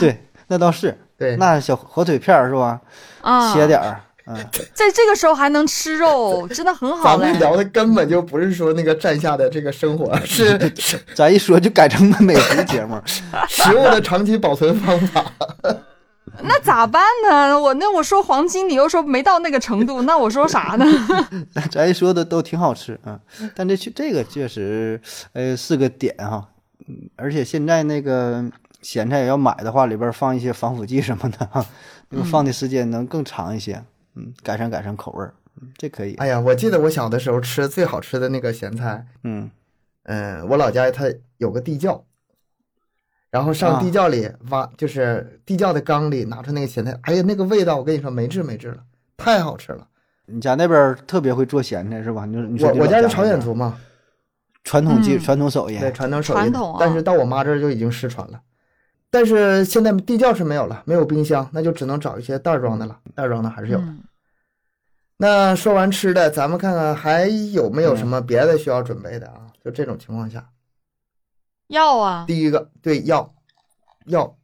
Speaker 3: 对，那倒是，
Speaker 1: 对，
Speaker 3: 那小火腿片儿是吧？
Speaker 2: 啊，
Speaker 3: 切点儿，嗯，
Speaker 2: 在这个时候还能吃肉，真的很好
Speaker 1: 咱们
Speaker 2: 嘞。
Speaker 1: 聊的根本就不是说那个站下的这个生活，
Speaker 3: [laughs]
Speaker 1: 是是
Speaker 3: 咱一说就改成美食节目，
Speaker 1: 食物的长期保存方法。
Speaker 2: [laughs] 那咋办呢？我那我说黄金，你又说没到那个程
Speaker 3: [laughs]
Speaker 2: 度，那我说啥呢？
Speaker 3: 咱一说的都挺好吃啊。嗯但这确这个确实，呃，是个点哈。嗯，而且现在那个咸菜要买的话，里边儿放一些防腐剂什么的哈，那个放的时间能更长一些。嗯，改善改善口味儿，嗯这可以。
Speaker 1: 哎呀，我记得我小的时候吃最好吃的那个咸菜，
Speaker 3: 嗯，
Speaker 1: 嗯，我老家它有个地窖，然后上
Speaker 3: 啊
Speaker 1: 地窖里挖，就是地窖的缸里拿出那个咸菜，哎呀，那个味道我跟你说没治没治了，太好吃了。
Speaker 3: 你家那边儿特别会做咸菜是吧？你说你说
Speaker 1: 我
Speaker 3: 你
Speaker 1: 我
Speaker 3: 老家
Speaker 1: 家是
Speaker 3: 那
Speaker 1: 朝
Speaker 3: 边
Speaker 1: 鲜
Speaker 3: 儿
Speaker 1: 族嘛，
Speaker 3: 传统技
Speaker 2: 嗯
Speaker 3: 传统手艺，
Speaker 1: 对，传统手艺，
Speaker 2: 传统啊
Speaker 1: 但是到我妈这儿就已经失传了。但是现在地窖是没有了，没有冰箱，那就只能找一些袋儿装的了。袋儿装的还是有的。
Speaker 2: 嗯
Speaker 1: 那说完吃的，咱们看看还有
Speaker 2: 嗯
Speaker 1: 没有什么别的需要准备的啊？就这种情况下，
Speaker 2: 药啊，
Speaker 1: 第一个对药，药，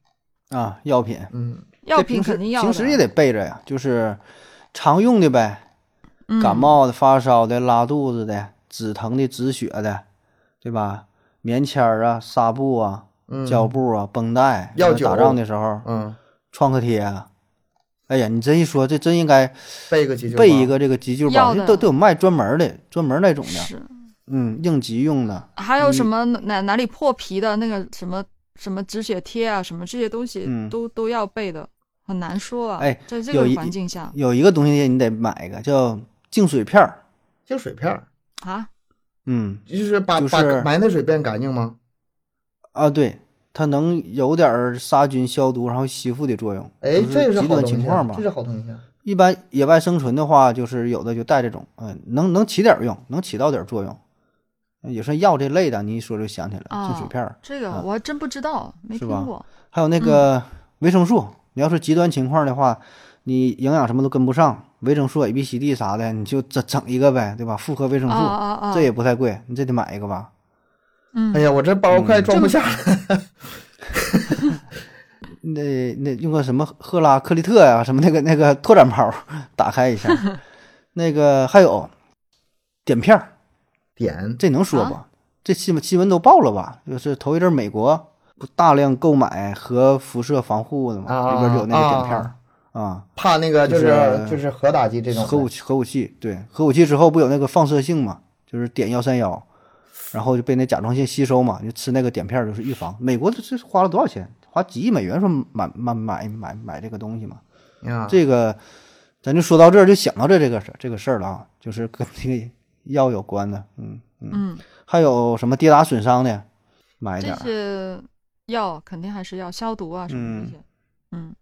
Speaker 3: 啊，药品。
Speaker 1: 嗯，
Speaker 2: 药
Speaker 3: 这
Speaker 2: 品
Speaker 3: 平时
Speaker 2: 肯定要的。
Speaker 3: 平时也得备着呀，就是常用的呗，
Speaker 2: 嗯
Speaker 3: 感冒的、发烧的、拉肚子的、止疼的、止血的，对吧？棉签儿啊、纱布啊、
Speaker 1: 嗯
Speaker 3: 胶布啊、绷带，
Speaker 1: 药
Speaker 3: 还有打
Speaker 1: 酒
Speaker 3: 仗的时候
Speaker 1: 嗯，
Speaker 3: 创可贴啊。哎呀，你真一说，这真应该
Speaker 1: 备个急救包
Speaker 3: 备一，个这个急救包，
Speaker 2: 药
Speaker 3: 这
Speaker 2: 的
Speaker 3: 都都有卖专门的，专门那种的，
Speaker 2: 是，
Speaker 3: 嗯，应急用的。
Speaker 2: 还有什么哪哪里破皮的那个什么什么止血贴啊，什么这些东西
Speaker 3: 嗯
Speaker 2: 都、都要备的，很难说啊。
Speaker 3: 哎
Speaker 2: 在这
Speaker 3: 有
Speaker 2: 个
Speaker 3: 一
Speaker 2: 环境下
Speaker 3: 有一个东西你得买一个叫净水片儿，
Speaker 1: 就水片儿，
Speaker 2: 啊，
Speaker 3: 嗯
Speaker 1: 就是把
Speaker 3: 就
Speaker 1: 把
Speaker 3: 是
Speaker 1: 埋汰水变干净吗？
Speaker 3: 啊对，它能有点儿杀菌消毒，然后吸附的作用。
Speaker 1: 哎，
Speaker 3: 就是
Speaker 1: 这个是
Speaker 3: 极
Speaker 1: 好
Speaker 3: 端
Speaker 1: 东
Speaker 3: 情
Speaker 1: 西
Speaker 3: 况
Speaker 1: 啊，
Speaker 3: 吧
Speaker 1: 这。是好东西啊。
Speaker 3: 一般野外生存的话，就是有的就带这种，嗯，能能起点儿用，能起到点儿作用，呃也算药这类的。你一说就想起来了，
Speaker 2: 啊
Speaker 3: 净水片儿，
Speaker 2: 这个
Speaker 3: 啊
Speaker 2: 我还真不知道，没
Speaker 3: 是
Speaker 2: 听
Speaker 3: 吧
Speaker 2: 过。
Speaker 3: 还有那个维生素。你要是极端情况的话，你营养什么都跟不上，维生素 A、B、C、D 啥的，你就整整一个呗，对吧？复合维生
Speaker 2: 啊
Speaker 3: 素，
Speaker 2: 啊啊！
Speaker 3: 这也不太贵，你这得买一个吧？
Speaker 2: 嗯
Speaker 1: 哎呀，我这包快
Speaker 3: 嗯
Speaker 1: 装不下了。
Speaker 3: 那那用个什么赫拉克利特呀、什么那个那个拓展包， [laughs] 打开一下。那个还有碘片儿，
Speaker 1: 点
Speaker 3: 这能说不？这新闻新闻都报了吧？就是头一阵儿美国不大量购买核辐射防护的嘛，
Speaker 1: 啊
Speaker 3: 里边有那个碘片儿
Speaker 1: 啊
Speaker 3: 啊，
Speaker 1: 怕那个就是
Speaker 3: 就是
Speaker 1: 就是核打击这种
Speaker 3: 核武器核武器对核武器之后不有那个放射性嘛，就是碘幺三
Speaker 1: 嗯
Speaker 3: 幺，然后就被那甲状腺吸收嘛，就吃那个碘片儿就是预防。美国这这花了多少钱？花几亿美元说买买买买买这个东西嘛？
Speaker 1: 啊，
Speaker 3: 这个咱就说到这儿，就想到这这个事儿这个事儿了啊，就是跟这个药有关的，嗯嗯，
Speaker 2: 嗯，
Speaker 3: 还有什么跌打损伤的，买一
Speaker 2: 这
Speaker 3: 点儿，啊
Speaker 2: 些药肯定还是要消毒啊什么这
Speaker 3: 嗯
Speaker 2: 些。嗯，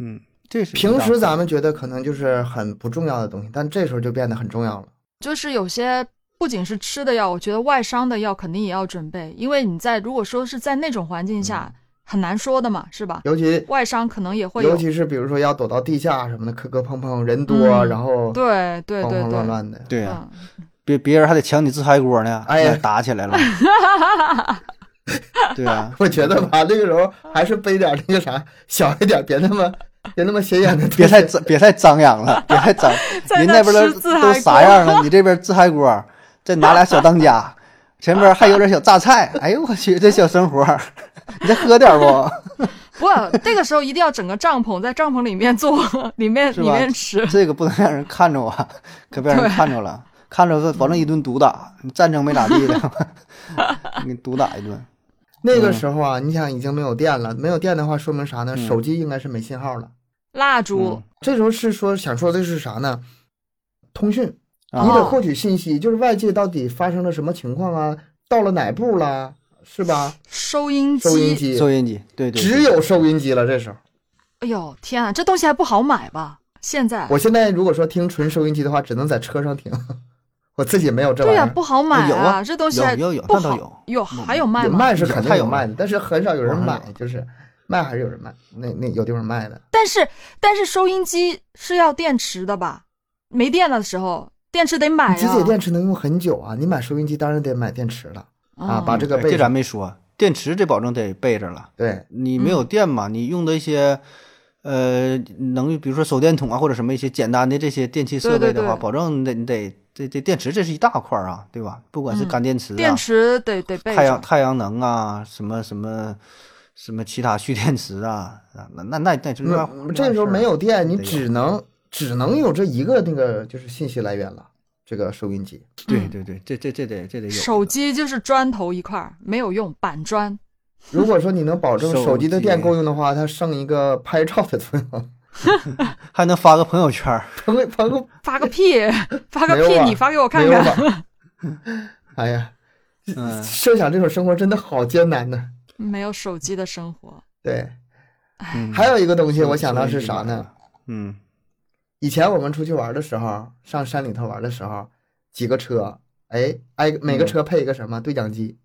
Speaker 3: 嗯，这是
Speaker 1: 平时咱
Speaker 3: 们
Speaker 1: 们觉得可能就是很不重要的东西，但这时候就变得很重要了。
Speaker 2: 就是有些不仅是吃的药，我觉得外伤的药肯定也要准备，因为你在如果说是在那种环境
Speaker 3: 嗯
Speaker 2: 下，很难说的嘛，是吧？
Speaker 1: 尤其
Speaker 2: 外伤可能也会有
Speaker 1: 尤。其是比如说要躲到地下什么的，磕磕碰碰，人多，
Speaker 2: 嗯
Speaker 1: 然后
Speaker 2: 对对
Speaker 1: 慌
Speaker 2: 对
Speaker 1: 慌乱
Speaker 2: 对，
Speaker 1: 乱的。 [laughs]
Speaker 3: 对呀、
Speaker 2: 嗯，
Speaker 3: 别别人还得抢你自嗨锅呢，
Speaker 1: 哎呀
Speaker 3: 那打起来了， [laughs] 对啊，
Speaker 1: 我觉得吧，那个时候还是背点那个啥小一点，别那么别那么显眼的东西，
Speaker 3: 别太张别太张扬了，别太张，
Speaker 2: [laughs] 在
Speaker 3: 人
Speaker 2: 那
Speaker 3: 那边
Speaker 2: 吃
Speaker 3: 都
Speaker 2: 自
Speaker 3: 都
Speaker 2: 嗨
Speaker 3: 啥
Speaker 2: 锅 [laughs]
Speaker 3: 样了，你这边自嗨锅，再拿俩小当家，前边还有点小榨菜，哎呦我去，这小生活，你再喝点不？ [laughs]
Speaker 2: 不，那个时候一定要整个帐篷，在帐篷里面做，里面
Speaker 3: 是
Speaker 2: 里
Speaker 3: 吧
Speaker 2: 面吃。
Speaker 3: 这个不能让人看着啊，可别让人
Speaker 2: 对
Speaker 3: 看着了，看着这保证一顿毒打，你战争没咋
Speaker 2: [laughs]
Speaker 3: 地的，你毒打一顿。
Speaker 1: 那个时候啊，你想已经没有电了，没有电的话，说明啥呢？
Speaker 3: 嗯
Speaker 1: 手机应该是没信号了。
Speaker 2: 蜡烛
Speaker 3: 嗯，
Speaker 1: 这时候是说想说的是啥呢？通讯，
Speaker 3: 啊
Speaker 1: 你得
Speaker 2: 哦
Speaker 1: 获取信息，就是外界到底发生了什么情况啊，到了哪步啦，是吧？
Speaker 2: 收音
Speaker 1: 收音
Speaker 2: 机，
Speaker 1: 机，
Speaker 3: 收音机，对对，
Speaker 1: 只
Speaker 3: 对
Speaker 1: 有收音机了。这时候，
Speaker 2: 哎呦天啊，这东西还不好买吧？现在
Speaker 1: 我现在如果说听纯收音机的话，只能在车上听。 [laughs] 我自己没有这玩
Speaker 2: 对
Speaker 1: 意
Speaker 2: 呀、
Speaker 1: 儿，
Speaker 2: 不好买
Speaker 3: 有啊
Speaker 2: 这东西还
Speaker 3: 有有有
Speaker 2: 不
Speaker 3: 那倒
Speaker 2: 好
Speaker 3: 有
Speaker 2: 还有卖
Speaker 1: 有
Speaker 2: 吗？
Speaker 1: 卖是肯定有
Speaker 3: 有
Speaker 1: 卖的，但是很少有人
Speaker 3: 网
Speaker 1: 买
Speaker 3: 上，有
Speaker 1: 就是卖还是有人卖，那那有地方卖的。
Speaker 2: 但是但是收音机是要电池的吧？没电的时候，电池得买啊
Speaker 1: 你
Speaker 3: 啊
Speaker 2: 呀。
Speaker 1: 机械电池能用很久啊，你买收音机当然得买电池了啊，
Speaker 2: 嗯
Speaker 1: 把这个
Speaker 3: 对
Speaker 1: 备
Speaker 3: 这
Speaker 1: 上
Speaker 3: 咱没说，电池这保证得备着了。
Speaker 1: 对，
Speaker 3: 你没有
Speaker 1: 嗯
Speaker 3: 电嘛，你用的一些呃能，比如说手电筒啊，或者什么一些简单的这些电器设备
Speaker 2: 对
Speaker 3: 的话，
Speaker 2: 对对
Speaker 3: 保证你得你得这这电池这是一大块儿啊，对吧？不管是
Speaker 2: 嗯
Speaker 3: 干电池啊，
Speaker 2: 电池得得备
Speaker 3: 太阳
Speaker 2: 上。
Speaker 3: 太阳能啊，什么什么什么其他蓄电池啊，啊那那那那就另外
Speaker 1: 那嗯这时候没有电，你只能只能有这一个那个就是信息来源了，这个收音机。
Speaker 3: 对
Speaker 2: 嗯
Speaker 3: 对对，这这这得这得有
Speaker 2: 手机就是砖头一块儿，没有用，板
Speaker 1: [laughs]
Speaker 2: 砖。
Speaker 1: 如果说你能保证
Speaker 3: 手
Speaker 1: 手机的
Speaker 3: 机
Speaker 1: 电够用的话，它剩一个拍照的作用，
Speaker 3: 还能发个朋友圈儿，
Speaker 1: 朋友朋友
Speaker 2: 发个屁， [laughs] 发个
Speaker 1: 没有
Speaker 2: 屁，
Speaker 1: 啊
Speaker 2: 你发给我
Speaker 1: 没
Speaker 2: 看
Speaker 1: 有
Speaker 2: 看。
Speaker 1: 吧？ [laughs] 哎呀，
Speaker 3: 嗯，
Speaker 1: 设想这种生活真的好艰难呢。
Speaker 2: 没有手机的生活，
Speaker 1: 对，
Speaker 3: 嗯
Speaker 1: [laughs] 还有一个东西我想到是啥呢？？
Speaker 3: 嗯，
Speaker 1: 以前我们出去玩的时候，上山里头玩的时候，几个车，哎，挨每个车配一个什么对讲机？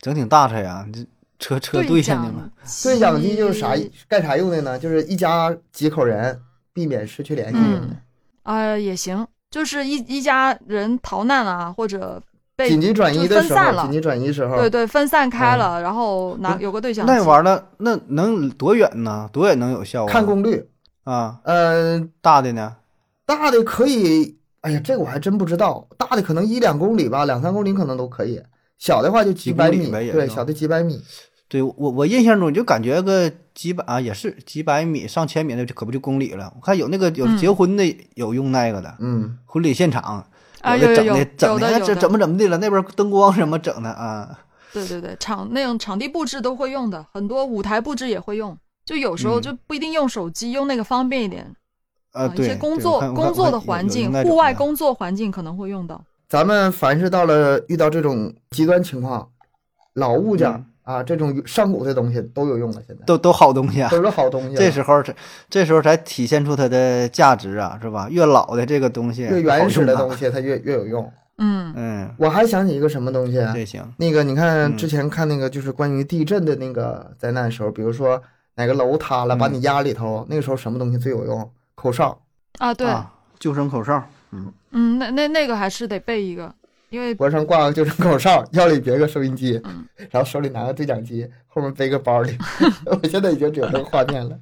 Speaker 3: 整挺大车呀，这车车队呀，你们
Speaker 2: 讲
Speaker 1: 对讲机就是啥
Speaker 2: 机
Speaker 1: 干啥用的呢？就是一家几口人，避免失去联系用的。
Speaker 2: 嗯，呃，也行，就是一一家人逃难啊，或者被
Speaker 1: 紧急啊转移的
Speaker 2: 就分
Speaker 1: 时
Speaker 2: 散
Speaker 1: 候，
Speaker 2: 了
Speaker 1: 紧，急转移时候，
Speaker 2: 对对，分散开了，然后拿
Speaker 1: 嗯
Speaker 3: 不
Speaker 2: 有个对讲机。
Speaker 3: 那玩意儿了，那能多远呢？多远能有效啊？
Speaker 1: 看功率，
Speaker 3: 啊，
Speaker 1: 呃，
Speaker 3: 大的呢？
Speaker 1: 大的可以，哎呀，这个我还真不知道，大的可能一两公里吧，两三公里可能都可以，小的话就几百
Speaker 3: 几公
Speaker 1: 米，
Speaker 3: 里呗也
Speaker 1: 对，
Speaker 3: 就
Speaker 1: 小的几百米，
Speaker 3: 对我我印象中就感觉个几百啊，也是几百米上千米的，就可不就公里了。我看有那个有
Speaker 2: 嗯
Speaker 3: 结婚的有用那个的，
Speaker 1: 嗯，
Speaker 3: 婚礼现场，
Speaker 2: 啊，
Speaker 3: 有
Speaker 2: 有
Speaker 3: 的
Speaker 2: 有
Speaker 3: 整
Speaker 2: 有有
Speaker 3: 的整
Speaker 2: 的
Speaker 3: 的，这
Speaker 2: 有
Speaker 3: 怎
Speaker 2: 的，
Speaker 3: 么怎么的了？那边灯光什么整的啊？
Speaker 2: 对对对，场那种场地布置都会用的，很多舞台布置也会用。就有时候
Speaker 3: 嗯
Speaker 2: 就不一定用手机，用那个方便一点。
Speaker 3: 呃，
Speaker 2: 啊一些
Speaker 3: 对，
Speaker 2: 工
Speaker 3: 对
Speaker 2: 作
Speaker 3: 我看我看
Speaker 2: 工作
Speaker 3: 我
Speaker 2: 的
Speaker 3: 看
Speaker 2: 环
Speaker 3: 有有
Speaker 2: 境
Speaker 3: 那，种
Speaker 2: 户外
Speaker 3: 的
Speaker 2: 工作环境可能会用到。
Speaker 1: 咱们凡是到了遇到这种极端情况，老物件儿
Speaker 3: 嗯
Speaker 1: 啊、啊，这种上古的东西都有用了，现在
Speaker 3: 都都好东西啊。
Speaker 1: 都是好东西了。
Speaker 3: 这时候这这时候才体现出它的价值啊，是吧？越老的这个东西，
Speaker 1: 越原始的东
Speaker 3: 西，
Speaker 1: 西它越越有用。
Speaker 2: 嗯
Speaker 3: 嗯，
Speaker 1: 我还想起一个什么东西啊，
Speaker 3: 这行，
Speaker 1: 那个你看
Speaker 3: 嗯
Speaker 1: 之前看那个就是关于地震的那个灾难的时候，比如说哪个楼塌了
Speaker 3: 嗯
Speaker 1: 把你压里头，那个时候什么东西最有用？口哨。
Speaker 2: 啊，对，
Speaker 3: 啊，救生口哨，
Speaker 2: 嗯，那那那个还是得备一个，因为
Speaker 1: 脖子上挂个就是口哨，腰里别个收音机
Speaker 2: 嗯，
Speaker 1: [laughs] 然后手里拿个对讲机，后面背个包里。 [laughs] 我现在已经只有这个画面了，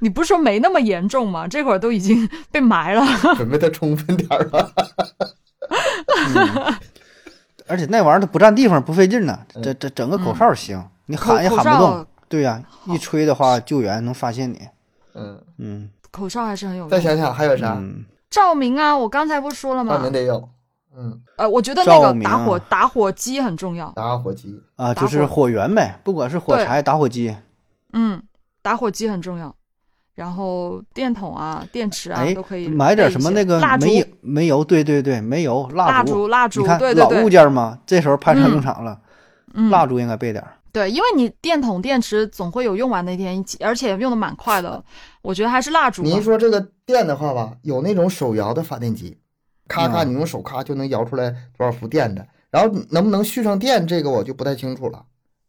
Speaker 2: 你不是说没那么严重吗？这会儿都已经 [laughs] 被埋了。
Speaker 1: 准备的充分点儿吧。 [laughs]
Speaker 3: 而且那玩意儿它不占地方，不费劲呢。
Speaker 1: 嗯
Speaker 3: 这这整个口哨行，你
Speaker 2: 口
Speaker 3: 喊也
Speaker 2: 嗯口
Speaker 3: 喊不动
Speaker 2: 哨。，
Speaker 3: 对呀、一吹的话，救援能发现你。
Speaker 1: 嗯，
Speaker 3: 嗯，
Speaker 2: 口哨还是很有
Speaker 1: 再
Speaker 2: 用。
Speaker 1: 想想还有啥？
Speaker 3: 嗯，
Speaker 2: 照明啊，我刚才不说了
Speaker 1: 照明
Speaker 2: 吗？
Speaker 1: 得有，嗯，
Speaker 2: 呃，我觉得那
Speaker 3: 照
Speaker 2: 个
Speaker 3: 明啊
Speaker 2: 打火打火机很重要。
Speaker 1: 打火机，
Speaker 3: 啊，
Speaker 2: 打
Speaker 3: 就
Speaker 2: 火
Speaker 3: 是火源呗，不管是火
Speaker 2: 对
Speaker 3: 柴、打火机，
Speaker 2: 嗯，打火机很重要。然后电筒啊、电池啊
Speaker 3: 哎
Speaker 2: 都可以
Speaker 3: 买点
Speaker 2: 备一
Speaker 3: 什么
Speaker 2: 些
Speaker 3: 那个
Speaker 2: 蜡烛、
Speaker 3: 煤煤油，对对对，煤油、
Speaker 2: 蜡
Speaker 3: 烛。
Speaker 2: 烛、蜡烛
Speaker 3: 你，看
Speaker 2: 对对
Speaker 3: 老物
Speaker 2: 对，
Speaker 3: 件嘛，这时候派上用场了，
Speaker 2: 嗯，
Speaker 3: 蜡烛应该备点儿。
Speaker 2: 对，因为你电筒、电池总会有用完那天，而且用的蛮快的。我觉得还是蜡烛
Speaker 1: 你
Speaker 2: 吧
Speaker 1: 一。说这个电的话吧，有那种手摇的发电机，咔咔，
Speaker 3: 嗯
Speaker 1: 你用手咔就能摇出来多少伏电的。然后能不能续上电，这个我就不太清楚了。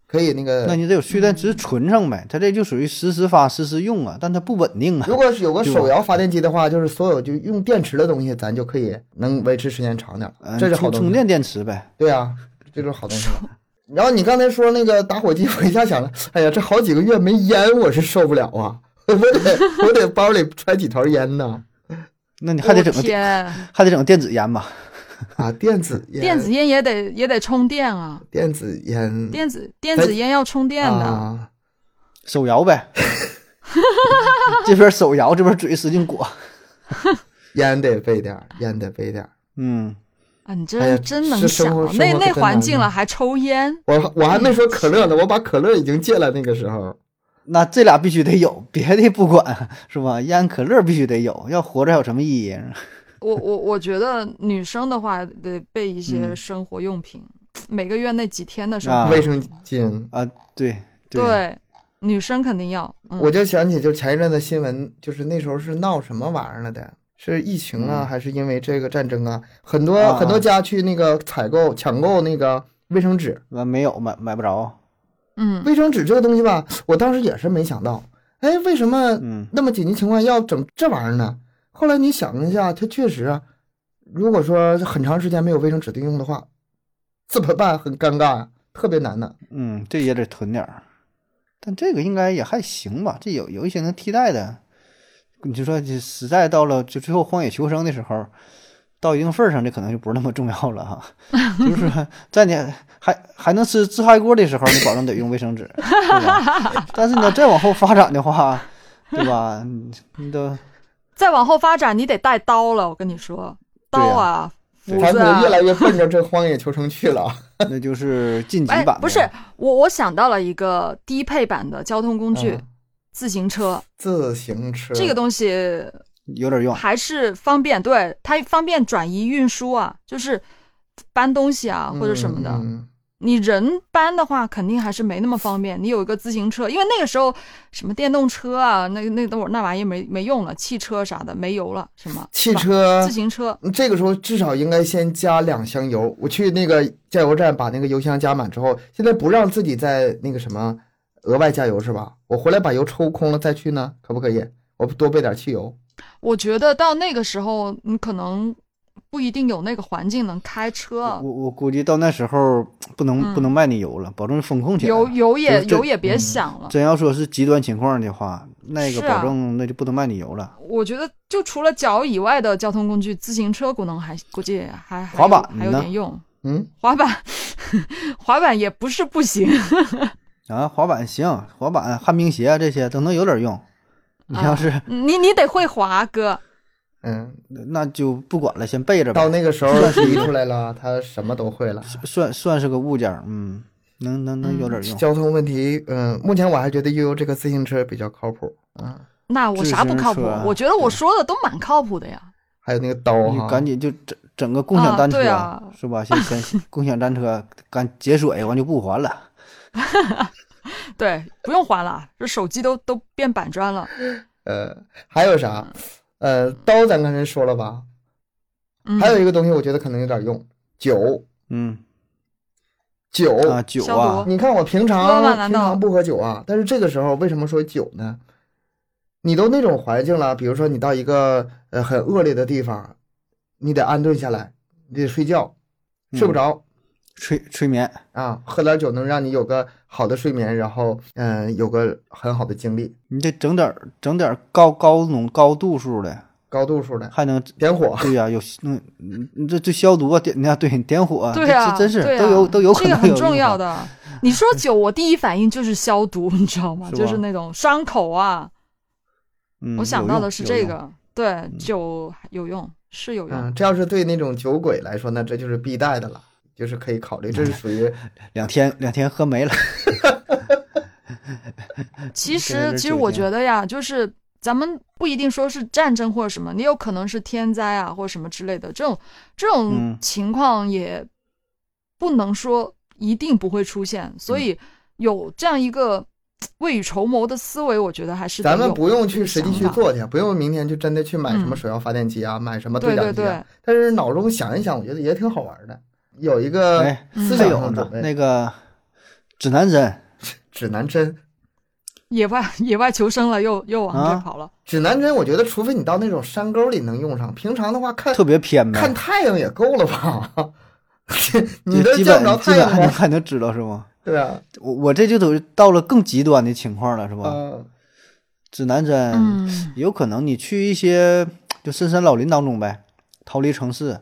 Speaker 1: 可以那
Speaker 3: 那
Speaker 1: 个，
Speaker 3: 你得有蓄电池存上呗，它这就属于时时发时时用啊，但它不稳定啊。
Speaker 1: 嗯如果是有个
Speaker 3: 对吧
Speaker 1: 手摇发电机的话，就是所有就用电池的东西，咱就可以能维持时间长点了。
Speaker 3: 嗯
Speaker 1: 这是好
Speaker 3: 充
Speaker 1: 东
Speaker 3: 充
Speaker 1: 西。
Speaker 3: 电电池呗，
Speaker 1: 对啊，这就是好东西了。然后你刚才说那个打火机， [laughs] 我一下想了，哎呀，这好几个月没烟，我是受不了啊！我得我得包里揣几条烟呢。
Speaker 3: 那你还得整
Speaker 2: 我
Speaker 3: 个电
Speaker 2: 天，
Speaker 3: 还得整个电子
Speaker 1: [laughs]
Speaker 3: 烟吧？
Speaker 1: 啊，电子烟，
Speaker 2: 电子烟也得也得充电啊，
Speaker 1: 电子
Speaker 3: 嗯
Speaker 1: 烟，
Speaker 2: 电子电子烟要充电的。
Speaker 1: 啊
Speaker 3: 手
Speaker 1: [laughs]
Speaker 3: 摇呗，这边手摇，这边嘴使劲裹。
Speaker 1: 烟得备点儿，烟得备点儿。
Speaker 3: 嗯，
Speaker 2: 啊，你
Speaker 1: 哎呀
Speaker 2: 这真能
Speaker 1: 是
Speaker 2: 想
Speaker 1: 生活
Speaker 2: 啊，
Speaker 1: 生
Speaker 2: 那
Speaker 1: 活可
Speaker 2: 那
Speaker 1: 真
Speaker 2: 环
Speaker 1: 难
Speaker 2: 境
Speaker 1: 弄
Speaker 2: 了还抽烟，
Speaker 1: 我我还没说可乐呢，我把可乐已经戒了。那个时候，
Speaker 3: 那这俩必须得有，别的不管是吧？烟可乐必须得有，要活着还有什么意义？
Speaker 2: 我我我觉得女生的话得备一些
Speaker 3: 嗯
Speaker 2: 生活用品，每个月那几天的生活、
Speaker 3: 啊
Speaker 1: 卫生巾，
Speaker 3: 啊，对
Speaker 2: 对。女生肯定要，嗯、
Speaker 1: 我就想起就前一阵子新闻，就是那时候是闹什么玩意儿了的。是疫情啊，
Speaker 3: 嗯
Speaker 1: 还是因为这个战争啊？很多、
Speaker 3: 啊啊
Speaker 1: 很多家去那个采购抢购那个卫生纸，
Speaker 3: 完没有买买不着。
Speaker 2: 嗯，
Speaker 1: 卫生纸这个东西吧，我当时也是没想到，哎，为什么
Speaker 3: 嗯
Speaker 1: 那么紧急情况要整这玩意儿呢？后来你想一下，它确实啊，如果说很长时间没有卫生纸的用的话，怎么办？很尴尬呀，特别难呢。
Speaker 3: 嗯，这也得囤点儿，但这个应该也还行吧？这有有一些能替代的。你就说，这实在到了就最后荒野求生的时候，到一定份儿上，这可能就不是那么重要了哈。 [laughs] 就是说在你还还能吃自嗨锅的时候，你保证得用卫生纸，对吧？ [laughs] 但是你要再往后发展的话，对吧？你你都
Speaker 2: 再往后发展你得带刀了，我跟你说，刀
Speaker 3: 对呀
Speaker 2: 啊，斧
Speaker 1: 咱
Speaker 2: 子
Speaker 1: 可能
Speaker 2: 啊
Speaker 1: 越，来越奔着这荒野求生去了。
Speaker 3: 那就是晋级
Speaker 2: 哎
Speaker 3: 版呗、，
Speaker 2: 不是我，我想到了一个低配版的交通工具，
Speaker 1: 嗯
Speaker 2: 自行车，
Speaker 1: [laughs] 自行车
Speaker 2: 这个东西
Speaker 3: 有点用。
Speaker 2: 还是方便，对它方便转移运输啊，就是搬东西啊或者什么的。
Speaker 1: 嗯嗯
Speaker 2: 你人搬的话，肯定还是没那么方便。你有一个自行车，因为那个时候什么电动车啊，那那等会儿那玩意没没用了，汽车啥的没油了，什么
Speaker 1: 汽
Speaker 3: 啊
Speaker 1: 车
Speaker 2: 自行车，
Speaker 1: 这个时候至少应该先加两箱油。我去那个加油站把那个油箱加满之后，现在不让自己在那个什么额外加油是吧？我回来把油抽空了再去呢，可不可以？我多备点汽油。
Speaker 2: 我觉得到那个时候，你可能不一定有那个环境能开车，
Speaker 3: 我我估计到那时候不能、
Speaker 2: 嗯
Speaker 3: 不能卖你油了，保证封控起来了。
Speaker 2: 油油也
Speaker 3: 就是这
Speaker 2: 油也别
Speaker 1: 嗯
Speaker 2: 想了。
Speaker 3: 真要说是极端情况的话，那个
Speaker 2: 啊是啊
Speaker 3: 保证那就不能卖你油了。
Speaker 2: 我觉得就除了脚以外的交通工具，自行车可能还估计还还有
Speaker 3: 滑板
Speaker 2: 还有
Speaker 3: 呢
Speaker 2: 点用。
Speaker 1: 嗯，
Speaker 2: 滑板， [laughs] 滑板也不是不行。 [laughs]
Speaker 3: 啊，滑板行，滑板、旱冰鞋啊这些都能有点用。你
Speaker 2: 嗯
Speaker 3: 要是、
Speaker 2: 你你得会滑，哥。
Speaker 1: 嗯，
Speaker 3: 那就不管了，先备着
Speaker 1: 到
Speaker 3: 吧，
Speaker 1: 那个时
Speaker 3: [laughs]
Speaker 1: 候提出来了，他什么都会了。
Speaker 3: 算算是个物件儿，嗯，能能能有点用。
Speaker 1: 交通问题，嗯，目前我还觉得悠悠这个自行车比较靠谱啊，
Speaker 2: 那我啥不靠谱
Speaker 3: 自行车？啊
Speaker 2: 我觉得我说的都蛮靠谱的呀。
Speaker 1: 还有那个刀
Speaker 3: 你
Speaker 1: 哈，
Speaker 3: 赶紧就这整个共享单车、
Speaker 2: 啊对啊
Speaker 3: 是吧？先先共享单车干节水完就不还了，
Speaker 2: 对，不用还了，这手机都都变板砖了。
Speaker 1: 呃，还有啥？呃，刀咱刚才说了吧，
Speaker 2: 嗯，
Speaker 1: 还有一个东西我觉得可能有点用，酒
Speaker 3: 嗯
Speaker 1: 酒。
Speaker 3: 啊酒
Speaker 2: 消
Speaker 3: 啊
Speaker 2: 毒
Speaker 1: 你看我平
Speaker 2: 万
Speaker 1: 常
Speaker 2: 万难
Speaker 1: 平
Speaker 2: 道
Speaker 1: 常不喝酒啊，但是这个时候为什么说酒呢？你都那种环境了，比如说你到一个呃很恶劣的地方，你得安顿下来，你得睡觉，睡
Speaker 3: 嗯
Speaker 1: 不着，
Speaker 3: 催催眠，
Speaker 1: 啊，喝点酒能让你有个好的睡眠，然后嗯、呃有个很好的精力，
Speaker 3: 你得整点儿整点儿高高浓高度数的，
Speaker 1: 高度数的
Speaker 3: 还能
Speaker 1: 点火。
Speaker 2: 啊
Speaker 3: 对呀、有嗯，你这这消毒啊，点你看对点火啊、
Speaker 2: 对
Speaker 3: 这
Speaker 2: 啊，
Speaker 3: 这真是、
Speaker 2: 对啊
Speaker 3: 都有都有可
Speaker 2: 这
Speaker 3: 能
Speaker 2: 个
Speaker 3: 有啊
Speaker 2: 很重要
Speaker 3: 的。
Speaker 2: 的。你说酒，我第一反应就是消毒，你知道吗？
Speaker 3: 是吧
Speaker 2: 就是那种伤口啊，
Speaker 3: 嗯、
Speaker 2: 我想
Speaker 3: 有
Speaker 2: 到
Speaker 3: 用
Speaker 2: 的是
Speaker 3: 有
Speaker 2: 这
Speaker 3: 用嗯
Speaker 2: 个。对，酒有用，是有用。
Speaker 1: 嗯，这要是对那种酒鬼来说，那这就是必带的了，就是可以考虑，这是属
Speaker 2: [laughs]
Speaker 1: 于
Speaker 3: 两天两天喝没了，
Speaker 2: 其
Speaker 3: 在这
Speaker 2: 实，
Speaker 3: 儿
Speaker 2: 其
Speaker 3: 纠
Speaker 2: 实我
Speaker 3: 结
Speaker 2: 觉得呀，就是咱们不一定说是战争或者什么，你有可能是天灾啊或者什么之类的，这种这种
Speaker 3: 嗯
Speaker 2: 情况也不能说一定不会出现，所
Speaker 3: 嗯
Speaker 2: 以有这样一个未雨绸缪的思维，我觉得还是得
Speaker 1: 咱们
Speaker 2: 有
Speaker 1: 不用去实际去
Speaker 2: 想法
Speaker 1: 做去，不用明天就真的去买什么
Speaker 2: 嗯
Speaker 1: 首要发电机啊，买什么
Speaker 2: 对
Speaker 1: 讲
Speaker 2: 对
Speaker 1: 机啊
Speaker 2: 对，，
Speaker 1: 但是脑中想一想，我觉得也挺好玩的，有一个
Speaker 3: 哎
Speaker 1: 思
Speaker 3: 还
Speaker 1: 想
Speaker 3: 有
Speaker 1: 上
Speaker 3: 呢
Speaker 1: 准备。
Speaker 3: 那个指南针，
Speaker 1: 指南针，
Speaker 2: 野外 [laughs] 野外求生了，又又往这
Speaker 3: 啊
Speaker 2: 跑了。
Speaker 1: 指南针，我觉得除非你到那种山沟里能用上，平常的话看
Speaker 3: 特别偏呗
Speaker 1: 看，太阳也够了 [laughs] 吧？你
Speaker 3: 就
Speaker 1: 都
Speaker 3: 基
Speaker 1: 见不
Speaker 3: 本
Speaker 1: 着
Speaker 3: 基
Speaker 1: 太
Speaker 3: 本
Speaker 1: 阳
Speaker 3: 还能
Speaker 1: 吗？
Speaker 3: 还能知道是吗？
Speaker 1: [laughs] 对啊，
Speaker 3: 我我这就都到了更极端的情况了是吧？
Speaker 1: 嗯。
Speaker 3: 指南针，
Speaker 2: 嗯，
Speaker 3: 有可能你去一些就深山老林当中呗，逃离城市，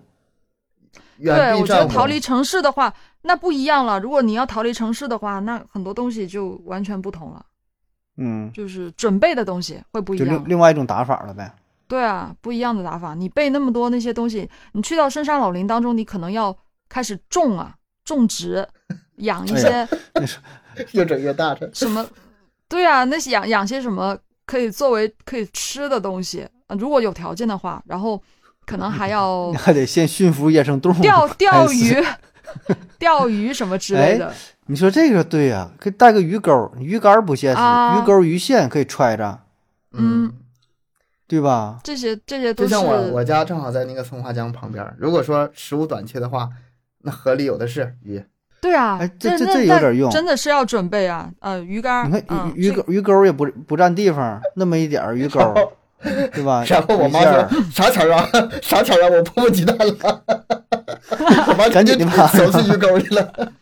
Speaker 1: 远
Speaker 2: 对，
Speaker 1: 避
Speaker 2: 我觉
Speaker 1: 战火。
Speaker 2: 得逃
Speaker 1: [laughs]
Speaker 2: 离城市的话，那不一样了。如果你要逃离城市的话，那很多东西就完全不同了，
Speaker 3: 嗯，
Speaker 2: 就是准备的东西会不一
Speaker 3: 就
Speaker 2: 样
Speaker 3: 另。另外一种打法了呗。
Speaker 2: 对啊，不一样的打法。你背那么多那些东西，你去到深山老林当中，你可能要开始种啊，种
Speaker 3: [laughs]
Speaker 2: 植，养一
Speaker 3: 哎
Speaker 2: 些
Speaker 3: 呀那是
Speaker 1: 越整越大声。
Speaker 2: 什么，对啊，那些养养些什么可以作为可以吃的东西，呃如果有条件的话，然后可能还要
Speaker 3: 还得先驯服野生动物，
Speaker 2: 哦 [laughs]
Speaker 3: [laughs]
Speaker 2: 钓钓
Speaker 3: 还哎是哎
Speaker 2: 鱼、 [laughs] 钓鱼什么之类的。
Speaker 3: 你说这个对呀、可以带个鱼钩，鱼竿不现实，
Speaker 2: 啊
Speaker 3: 鱼钩鱼线可以揣着，
Speaker 2: 嗯，
Speaker 3: 对吧？
Speaker 2: 这些这些都
Speaker 1: 就是像我我家正好在那个松花江旁边儿，如果说食物短缺的话，那河里有的是鱼。
Speaker 2: 对啊，
Speaker 3: 哎这
Speaker 2: 那
Speaker 3: 这
Speaker 2: 那
Speaker 3: 这有
Speaker 2: 那
Speaker 3: 点用
Speaker 2: 真的是要准备啊，呃，鱼竿儿，
Speaker 3: 你看
Speaker 2: 嗯
Speaker 3: 鱼鱼
Speaker 2: 这
Speaker 3: 钩鱼钩也不不占地方，那么一点儿鱼钩，对
Speaker 1: [laughs]
Speaker 3: 吧？
Speaker 1: 然后我妈
Speaker 3: 鱼线儿
Speaker 1: 说啥啊钱儿啊， [laughs] 啥钱儿啊，我迫不及待了。 [laughs] 我妈
Speaker 3: 赶紧的
Speaker 1: [laughs]
Speaker 3: 吧
Speaker 1: 走进鱼沟去了。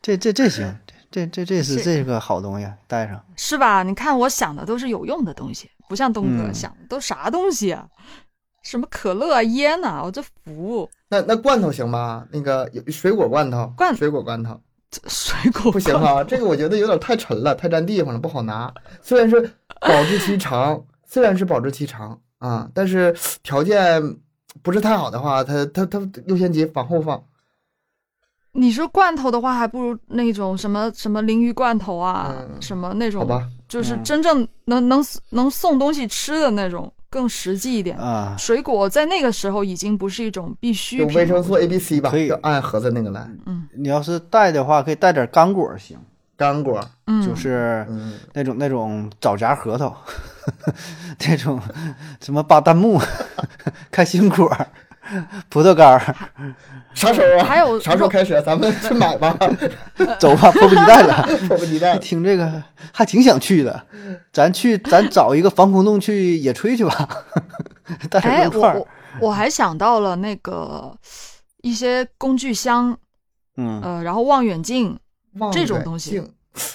Speaker 3: 这这这行，这这这是
Speaker 2: 是
Speaker 3: 这个好东西，带上。
Speaker 2: 是吧？你看我想的都是有用的东西，不像东哥
Speaker 3: 嗯
Speaker 2: 想的都啥东西啊？什么可乐啊、烟呐、我这服
Speaker 1: 那那罐头行吧？那个有水果罐头，
Speaker 2: 罐
Speaker 1: 水果罐头
Speaker 2: 这水果
Speaker 1: 不行
Speaker 2: 罐
Speaker 1: 啊，这个我觉得有点太沉了，太占地方了，不好拿。虽然是保质期长，虽然是保质期长啊，但是条件不是太好的话，它它它优先级往后放。
Speaker 2: 你说罐头的话，还不如那种什么什么鲮鱼罐头啊，
Speaker 1: 嗯
Speaker 2: 什么那
Speaker 1: 好
Speaker 2: 种，
Speaker 1: 吧，
Speaker 2: 就是
Speaker 3: 嗯
Speaker 2: 真正能能能送东西吃的那种更实际一点。
Speaker 3: 啊，
Speaker 2: 水果在那个时候已经不是一种必需
Speaker 1: 就
Speaker 2: 品了，
Speaker 1: 维生素 A、B、C 吧，
Speaker 3: 可以
Speaker 1: 就按盒子那个来。
Speaker 3: 你要是带的话，可以带点干果儿行，
Speaker 1: 干果，
Speaker 2: 嗯，
Speaker 3: 就是
Speaker 1: 嗯，
Speaker 3: 那种那种枣夹核桃， [laughs] 那种什么巴旦木、 [laughs] 开心果儿、 [laughs] 葡萄干儿， [laughs]
Speaker 1: 啥时候啊？
Speaker 2: 还有
Speaker 1: 啥时候开始啊？咱们去买
Speaker 2: [laughs]
Speaker 1: 吧，
Speaker 3: 走吧，迫不及待了。
Speaker 1: 迫不及待了。
Speaker 3: 听这个还挺想去的，咱去咱找一个防空洞去野炊去吧， [laughs] 带点
Speaker 2: 哎，
Speaker 3: 肉
Speaker 2: 我
Speaker 3: 块儿
Speaker 2: 我我还想到了那个一些工具箱，
Speaker 3: 嗯，
Speaker 2: 呃，然后望远镜
Speaker 1: 望
Speaker 2: 这种
Speaker 1: 远
Speaker 2: 东西
Speaker 1: 镜，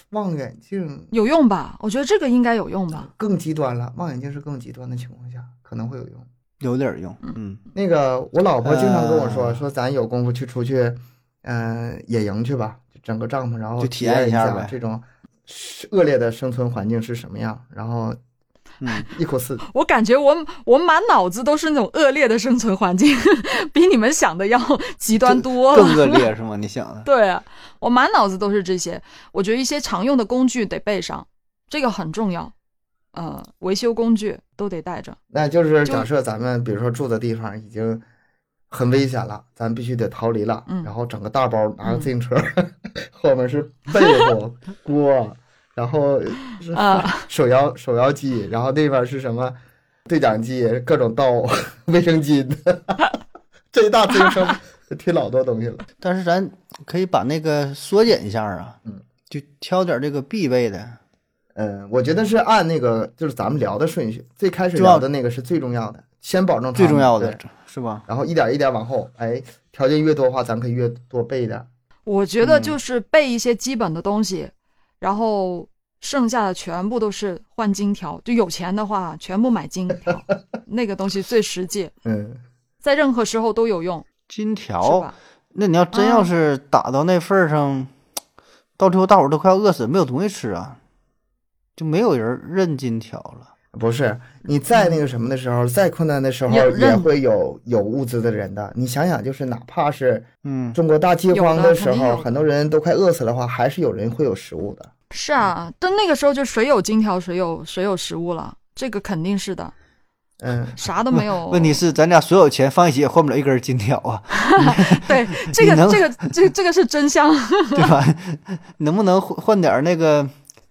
Speaker 1: 望远镜
Speaker 2: 有用吧？我觉得这个应该有用吧。
Speaker 1: 更极端了，望远镜是更极端的情况下可能会有用。
Speaker 3: 有点用，嗯，
Speaker 1: 那个我老婆经常跟我说，
Speaker 3: 呃
Speaker 1: 说咱有功夫去出去，嗯、野营去吧，就整个帐篷，然后
Speaker 3: 就
Speaker 1: 体
Speaker 3: 体
Speaker 1: 验
Speaker 3: 验一下呗
Speaker 1: 这种是恶劣的生存环境是什么样，然后。
Speaker 3: 嗯，
Speaker 1: [laughs] 一口四，
Speaker 2: 我感觉我我满脑子都是那种恶劣的生存环境， [laughs] 比你们想的要极端多
Speaker 3: 更
Speaker 2: 了。
Speaker 3: 恶劣是吗？你想的，
Speaker 2: 对啊，我满脑子都是这些。我觉得一些常用的工具得备上，这个很重要。呃维修工具都得带着。
Speaker 1: 那就是
Speaker 2: 就
Speaker 1: 假设咱们比如说住的地方已经很危险了，咱必须得逃离了，
Speaker 2: 嗯
Speaker 1: 然后整个大包拿个自行车， [laughs] 后面是被子、锅，然后是
Speaker 2: 啊
Speaker 1: 手摇手摇机，然后那边是什么对讲机、各种刀、 [laughs] 卫生巾， [laughs] 这一大自行 [laughs] 车推老多东西了。
Speaker 3: 但是咱可以把那个缩减一下啊，
Speaker 1: 嗯，
Speaker 3: 就挑点这个必备的，
Speaker 1: 嗯，我觉得是按那个就是咱们聊的顺序，最开始
Speaker 3: 重要
Speaker 1: 聊的那个是最重要的，先保证它
Speaker 3: 最重要的
Speaker 1: 对
Speaker 3: 是吧？
Speaker 1: 然后一点一点往后，哎，条件越多的话，咱可以越多备一点。
Speaker 2: 我觉得
Speaker 3: 嗯
Speaker 2: 就是备一些基本的东西，然后剩下的全部都是换金条。就有钱的话，全部买金
Speaker 3: [laughs]
Speaker 2: 条，那个东西最实际，
Speaker 1: 嗯，
Speaker 2: 在任何时候都有用，
Speaker 3: 金
Speaker 2: 是
Speaker 3: 条，
Speaker 2: 吧？
Speaker 3: 那你要真要是打到那份儿上，到最后大伙儿都快要饿死，没有东西吃啊，就没有人认金条了。
Speaker 1: 不是，你再那个什么的时候，再困难的时候
Speaker 2: 有，
Speaker 1: 也
Speaker 2: 任
Speaker 1: 会有有物资的人的。你想想，就是哪怕是
Speaker 3: 嗯，
Speaker 1: 中国大饥荒
Speaker 2: 有的
Speaker 1: 时
Speaker 2: 肯定有
Speaker 1: 候，
Speaker 2: 的
Speaker 1: 很多人都快饿死的话，还是有人会有食物的。
Speaker 2: 是啊，但那个时候就谁有金条，谁有谁有食物了，这个肯定是的，
Speaker 1: 嗯，
Speaker 2: 啥都没有。
Speaker 3: 问题是咱俩所有钱放一起也换不了一根金条啊，
Speaker 2: [laughs] 对这个
Speaker 3: [laughs] 你能
Speaker 2: 这个这个这个是真相。
Speaker 3: 对吧？ [laughs] 能不能换换点儿那个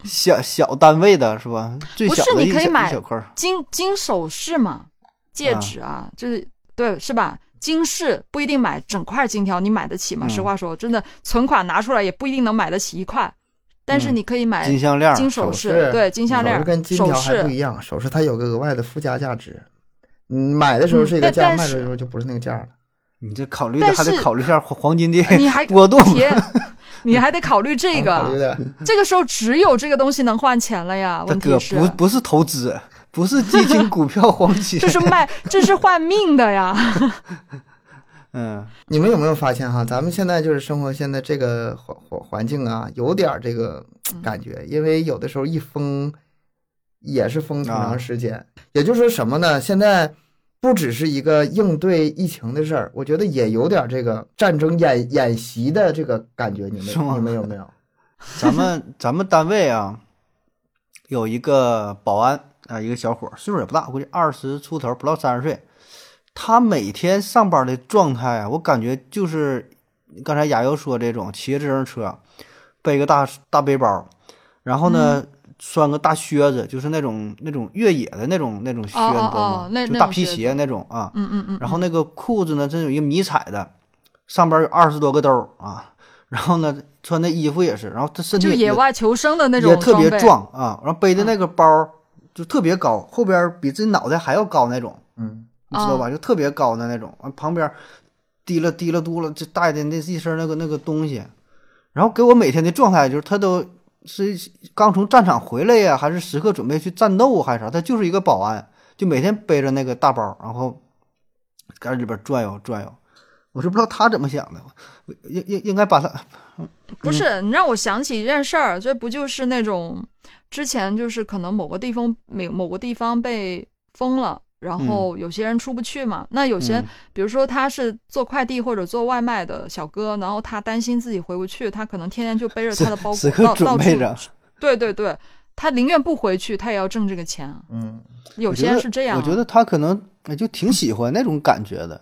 Speaker 3: 小小单位的，是吧？最
Speaker 2: 不
Speaker 3: 小
Speaker 2: 是
Speaker 3: 的
Speaker 2: 你
Speaker 3: 一
Speaker 2: 可以
Speaker 3: 小一
Speaker 2: 买
Speaker 3: 小块儿，
Speaker 2: 金金首饰嘛，戒指啊，就是对是吧？金饰不一定买整块金条，你买得起吗？
Speaker 3: 嗯
Speaker 2: 实话说，真的存款拿出来也不一定能买得起一块，但是
Speaker 3: 嗯
Speaker 2: 你可以买
Speaker 3: 金项链儿、
Speaker 2: 金
Speaker 1: 首
Speaker 2: 饰，
Speaker 1: 饰
Speaker 2: 对金项链
Speaker 1: 首饰、
Speaker 2: 儿
Speaker 1: 跟金条
Speaker 2: 首
Speaker 1: 还不
Speaker 2: 饰
Speaker 1: 一样，首饰它有个额外的附加价值。你买的时候是一个
Speaker 2: 嗯但
Speaker 1: 价，
Speaker 2: 但
Speaker 1: 卖的
Speaker 2: 是
Speaker 1: 时候就不是那个价了。
Speaker 3: 你这考虑的
Speaker 2: 但
Speaker 3: 还得
Speaker 2: 是哎
Speaker 3: 考虑一下黄黄金的
Speaker 2: 你还
Speaker 3: 波动。啊
Speaker 2: 别，你还得考虑这
Speaker 1: 考虑
Speaker 2: 个。
Speaker 1: 的
Speaker 2: 这个时候只有这个东西能换钱了呀。
Speaker 3: [laughs] 大
Speaker 2: 问
Speaker 3: 哥
Speaker 2: 题是
Speaker 3: 不， [laughs] 不是投资，不是基金、 [laughs] 股票、黄金，
Speaker 2: 这是卖，这是换命的
Speaker 3: [laughs]
Speaker 2: 呀。
Speaker 3: 嗯，
Speaker 1: 你们有没有发现哈？咱们现在就是生活现在这个环环环境啊，有点儿这个感觉，因为有的时候一封也是封挺
Speaker 3: 啊
Speaker 1: 长时间。也就是说什么呢？现在不只是一个应对疫情的事儿，我觉得也有点儿这个战争演演习的这个感觉。你
Speaker 3: 是吗
Speaker 1: 们你们有没有？
Speaker 3: 咱们咱们单位啊，有一个保安啊、一个小伙儿，岁数也不大，估计二十出头，不到三十岁。他每天上班的状态啊，我感觉就是刚才亚优说这种，骑着自行车，背个大大背包，然后
Speaker 2: 嗯
Speaker 3: 呢。穿个大靴子，就是那种那种越野的那种那种靴，
Speaker 2: 哦
Speaker 3: 你知道
Speaker 2: 哦
Speaker 3: 吗？
Speaker 2: 那
Speaker 3: 就
Speaker 2: 那
Speaker 3: 大
Speaker 2: 种
Speaker 3: 皮
Speaker 2: 靴
Speaker 3: 鞋那种啊。
Speaker 2: 嗯嗯嗯，
Speaker 3: 然后那个裤子呢，这有一个迷彩的，上边有二十多个兜儿啊。 [laughs] 然后呢，穿的衣服也是，然后他身体
Speaker 2: 就
Speaker 3: 也
Speaker 2: 野外求生的那种
Speaker 3: 也特别
Speaker 2: 装备嗯
Speaker 3: 壮啊。然后背的那个包儿就特别高，后边儿比自己脑袋还要高那种，
Speaker 1: 嗯，
Speaker 3: 你知道吧？就特别高的那种。啊，旁边提了提了嘟了，就带的那一身那个那个东西。然后给我每天的状态就是，他都是刚从战场回来呀，还是时刻准备去战斗啊，还是啥？他就是一个保安，就每天背着那个大包，然后搁里边转悠转悠。我是不知道他怎么想的，我应应应该把他
Speaker 2: 不
Speaker 3: 嗯
Speaker 2: 是，你让我想起一件事儿，这不就是那种之前就是可能某个地方某某个地方被封了，然后有些人出不去嘛。那有些、
Speaker 3: 嗯
Speaker 2: 比如说他是做快递或者做外卖的小哥，然后他担心自己回不去，他可能天天就背着他的包
Speaker 3: 时
Speaker 2: 裹
Speaker 3: 刻
Speaker 2: 到
Speaker 3: 准
Speaker 2: 到
Speaker 3: 备
Speaker 2: 处。
Speaker 3: 着。
Speaker 2: 对对对，他宁愿不回去，他也要挣这个钱。啊
Speaker 1: 嗯，
Speaker 2: 有
Speaker 3: 我
Speaker 2: 些
Speaker 3: 觉
Speaker 2: 人
Speaker 3: 得
Speaker 2: 是这样啊，
Speaker 3: 我觉得他可能哎就挺喜欢那种感觉的，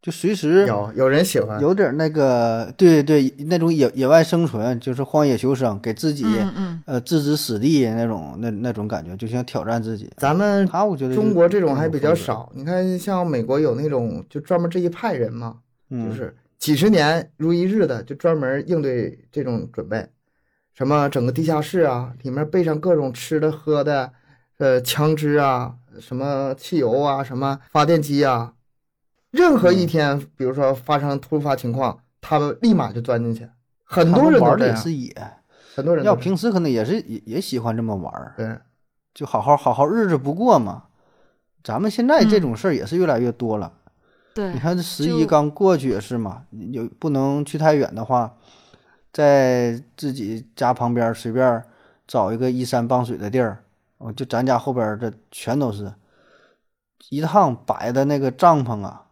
Speaker 3: 就随时
Speaker 1: 有有人喜欢，
Speaker 3: 有点儿那个，对对对，那种野野外生存，就是荒野求生，给自己、
Speaker 2: 嗯嗯
Speaker 3: 呃置之死地那种那那种感觉，就想挑战自己。
Speaker 1: 咱们
Speaker 3: 他我觉得就
Speaker 1: 中国这种还比较
Speaker 3: 风格，
Speaker 1: 少。你看，像美国有那种就专门这一派人嘛，
Speaker 3: 嗯、
Speaker 1: 就是几十年如一日的，就专门应对这种准备，什么整个地下室啊，里面备上各种吃的喝的，呃，枪支啊，什么汽油啊，什么发电机啊，任何
Speaker 3: 嗯
Speaker 1: 一天，比如说发生突发情况，他们立马就钻进去，很
Speaker 3: 他
Speaker 1: 多
Speaker 3: 们
Speaker 1: 人
Speaker 3: 玩
Speaker 1: 都这
Speaker 3: 儿的也
Speaker 1: 样，
Speaker 3: 是野，
Speaker 1: 很多人
Speaker 3: 要
Speaker 1: 都这样
Speaker 3: 平时可能也是也也喜欢这么玩儿，
Speaker 1: 对。
Speaker 3: 就好好好好日子不过嘛。咱们现在这种事儿也是越来越多了。
Speaker 2: 对
Speaker 3: 你，看这十一
Speaker 2: 就
Speaker 3: 刚过去也是嘛，有不能去太远的话，在自己家旁边儿随便儿找一个依山傍水的地儿，哦，就咱家后边儿这全都是，一趟摆的那个帐篷啊，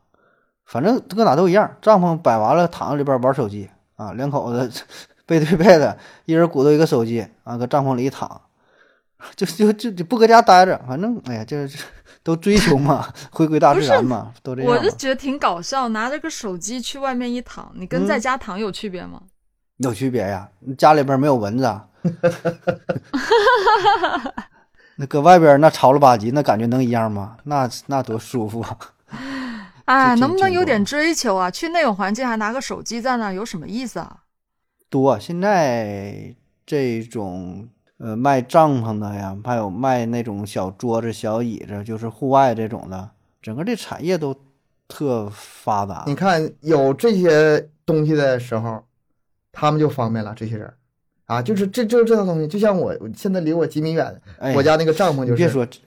Speaker 3: 反正搁哪都一样，帐篷摆完了躺在里边儿玩手机 [laughs] 啊，两口子背对背的，一人鼓捣一个手机啊，搁帐篷里一躺， [laughs] 就就就就不搁家待着，反正哎呀，这这都追求嘛， [laughs] 回归大自然嘛，都这样啊
Speaker 2: 我
Speaker 3: 嘛
Speaker 2: 就。觉得挺搞笑，拿着个手机去外面一躺，你跟
Speaker 3: 嗯
Speaker 2: 在家躺有区别吗？
Speaker 3: 有区别呀，家里边没有蚊子 [laughs] 啊，那搁外边那潮了吧唧，那感觉能一样吗？那那多舒服啊！
Speaker 2: 哎，
Speaker 3: 这
Speaker 2: 能不
Speaker 3: 这
Speaker 2: 能有
Speaker 3: 这
Speaker 2: 点追求啊？去那种环境还拿个手机在那儿，有什么意
Speaker 1: [laughs]
Speaker 2: 思啊？
Speaker 3: 多，现在这种呃卖帐篷的呀，还有卖那种小桌子、小椅子，就是户外这种的，整个这产业都特发达。
Speaker 1: 你看有这些东西的时候，他们就方便了。这些人啊，就是这就是这套东西，就像我我现在离我几米远，
Speaker 3: 哎，
Speaker 1: 我家那个帐篷
Speaker 3: 你
Speaker 1: 就
Speaker 3: 别
Speaker 1: 是
Speaker 3: 说，这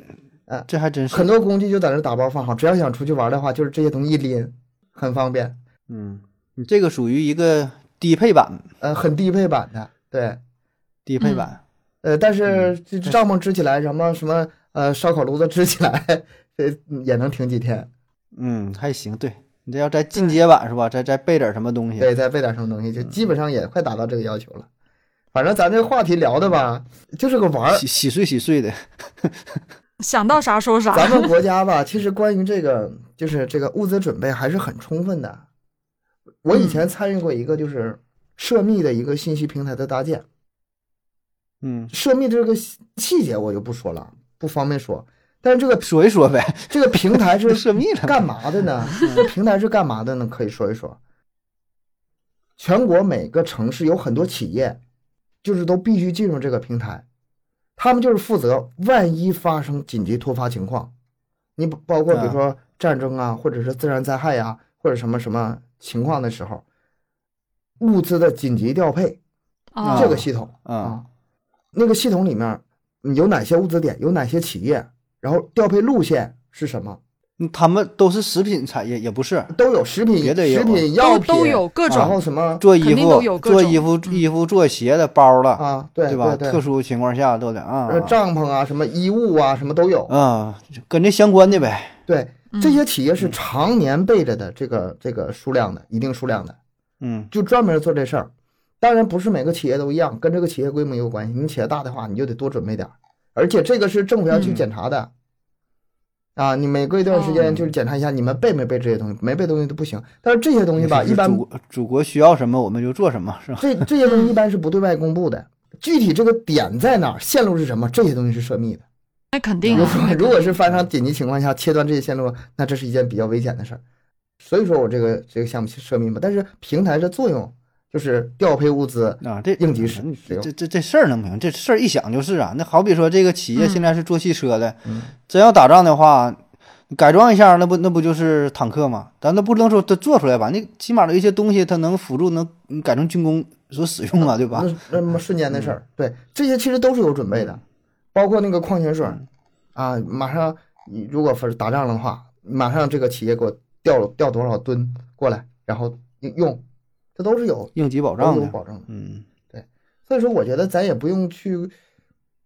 Speaker 1: 啊
Speaker 3: 这还真是
Speaker 1: 很，多工具就在那打包放好，只要想出去玩的话，就是这些东西一拎，很方便。
Speaker 3: 嗯，你这个属于一个低配版，
Speaker 1: 呃，很低配版的，对，
Speaker 3: 低配版，
Speaker 1: 呃，但是
Speaker 3: 嗯
Speaker 1: 这
Speaker 3: 对
Speaker 1: 帐篷支起来，什么什么呃烧烤炉子支起来，呃也能挺几天。
Speaker 3: 嗯，还行，对。你这要再进阶版是吧？再再备点什么东西？
Speaker 1: 对，再备点什么东西，就基本上也快达到这个要求了。反正咱这话题聊的吧，就是个玩儿。
Speaker 3: 洗洗碎洗碎的，
Speaker 2: 想到啥说啥。
Speaker 1: 咱们国家吧，其实关于这个，就是这个物资准备还是很充分的。我以前参与过一个就是涉密的一个信息平台的搭建，
Speaker 3: 嗯，
Speaker 1: 涉密的这个细节我就不说了，不方便说。但是这个
Speaker 3: 说一说呗，
Speaker 1: 这个平台是
Speaker 3: 这涉密了，
Speaker 1: 干嘛的呢？这平台是干嘛的呢？可以说一说。全国每个城市有很多企业，就是都必须进入这个平台，他们就是负责万一发生紧急突发情况，你包包括比如
Speaker 3: 啊
Speaker 1: 说战争啊，或者是自然灾害呀、或者什么什么情况的时候，物资的紧急调配
Speaker 2: 啊，
Speaker 1: 这个系统
Speaker 3: 啊，，
Speaker 1: 那个系统里面嗯有哪些物资点，有哪些企业，然后调配路线是什么，
Speaker 3: 嗯他们都是食品产业，也不是
Speaker 2: 嗯
Speaker 1: 都有食品、
Speaker 3: 别的也有啊
Speaker 1: 食品、药
Speaker 2: 都
Speaker 1: 品
Speaker 2: 都有各
Speaker 1: 然
Speaker 2: 种。
Speaker 1: 后什么
Speaker 3: 做
Speaker 2: 肯
Speaker 3: 衣
Speaker 2: 定都
Speaker 3: 服
Speaker 2: 有、各
Speaker 3: 做
Speaker 2: 种
Speaker 3: 衣服、
Speaker 2: 嗯
Speaker 3: 衣服、做鞋的、包了，
Speaker 1: 啊，对
Speaker 3: 吧？
Speaker 1: 对
Speaker 3: 特，殊情况下都得啊
Speaker 1: 呃，帐篷啊，什么衣物啊，什么都有。
Speaker 3: 啊，就跟这相关的呗。
Speaker 1: 对，这
Speaker 2: 嗯
Speaker 1: 些企业
Speaker 3: 嗯
Speaker 1: 是常年备着的这个这个数量的一定数量的，
Speaker 3: 嗯
Speaker 1: 就专门做这事儿。当然不是每个企业都一样，跟这个企业规模有关系。你企业大的话，你就得多准备点儿，而且这个是政府要去
Speaker 3: 嗯
Speaker 1: 检查的。啊，你每隔一段时间就是检查一下你们备没备这些东西，没备东西都不行。但是这些东西吧，
Speaker 3: 就是
Speaker 1: 一般
Speaker 3: 祖国祖国需要什么我们就做什么，是吧？
Speaker 1: 这这些东西一般是不对外公布的。具体这个点在哪儿，线路是什么，这些东西是涉密的。
Speaker 2: 那肯定
Speaker 3: 嗯
Speaker 1: 比
Speaker 2: 啊
Speaker 1: 如，说，如果是发生紧急情况下切断这些线路，那这是一件比较危险的事儿。所以说我这个这个项目是涉密嘛，但是平台的作用就是调配物资，
Speaker 3: 啊，这
Speaker 1: 应急使
Speaker 3: 嗯
Speaker 1: 使用
Speaker 3: 这这这事儿能明白？这事儿一想就是啊，那好比说这个企业
Speaker 2: 嗯
Speaker 3: 现在是做汽车的，
Speaker 1: 嗯
Speaker 3: 真要打仗的话，你改装一下，那不那不就是坦克吗？咱都不能说它做出来吧，那起码有一些东西它能辅助能嗯改成军工所使用啊，对吧？
Speaker 1: 那那么瞬间的事儿。对，这些其实都是有准备的，包括那个矿泉水儿啊，马上你如果是打仗的话，马上这个企业给我调调多少吨过来，然后用，这都是有
Speaker 3: 应急
Speaker 1: 都
Speaker 3: 保障
Speaker 1: 有
Speaker 3: 的，
Speaker 1: 保证的。
Speaker 3: 嗯
Speaker 1: 所以说，我觉得咱也不用去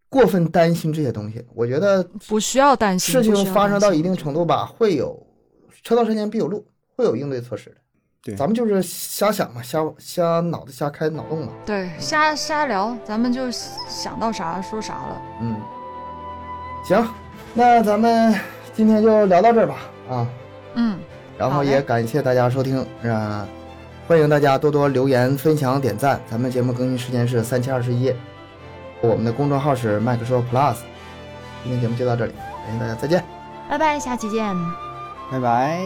Speaker 1: 过分担心这些东西。我觉得
Speaker 2: 不需要担心。
Speaker 1: 事情
Speaker 2: 嗯不需要
Speaker 1: 发生
Speaker 2: 担
Speaker 1: 到
Speaker 2: 心
Speaker 1: 一定程度吧，会有车到山前必有路，会有应对措施的。
Speaker 3: 对
Speaker 1: 咱们就是瞎想嘛，瞎瞎脑子瞎开脑洞嘛。
Speaker 2: 对，瞎瞎聊，咱们就想到啥说啥了。
Speaker 1: 嗯，行，那咱们今天就聊到这儿吧啊，
Speaker 2: 嗯，
Speaker 1: 然
Speaker 2: 好
Speaker 1: 后
Speaker 2: 嘞
Speaker 1: 也感谢大家收听，啊，欢迎大家多多留言、分享、点赞。咱们节目更新时间是三七二十一，我们的公众号是麦克说 Plus。今天节目就到这里，感谢大家，再见。
Speaker 4: 拜拜，下期见。
Speaker 3: 拜拜。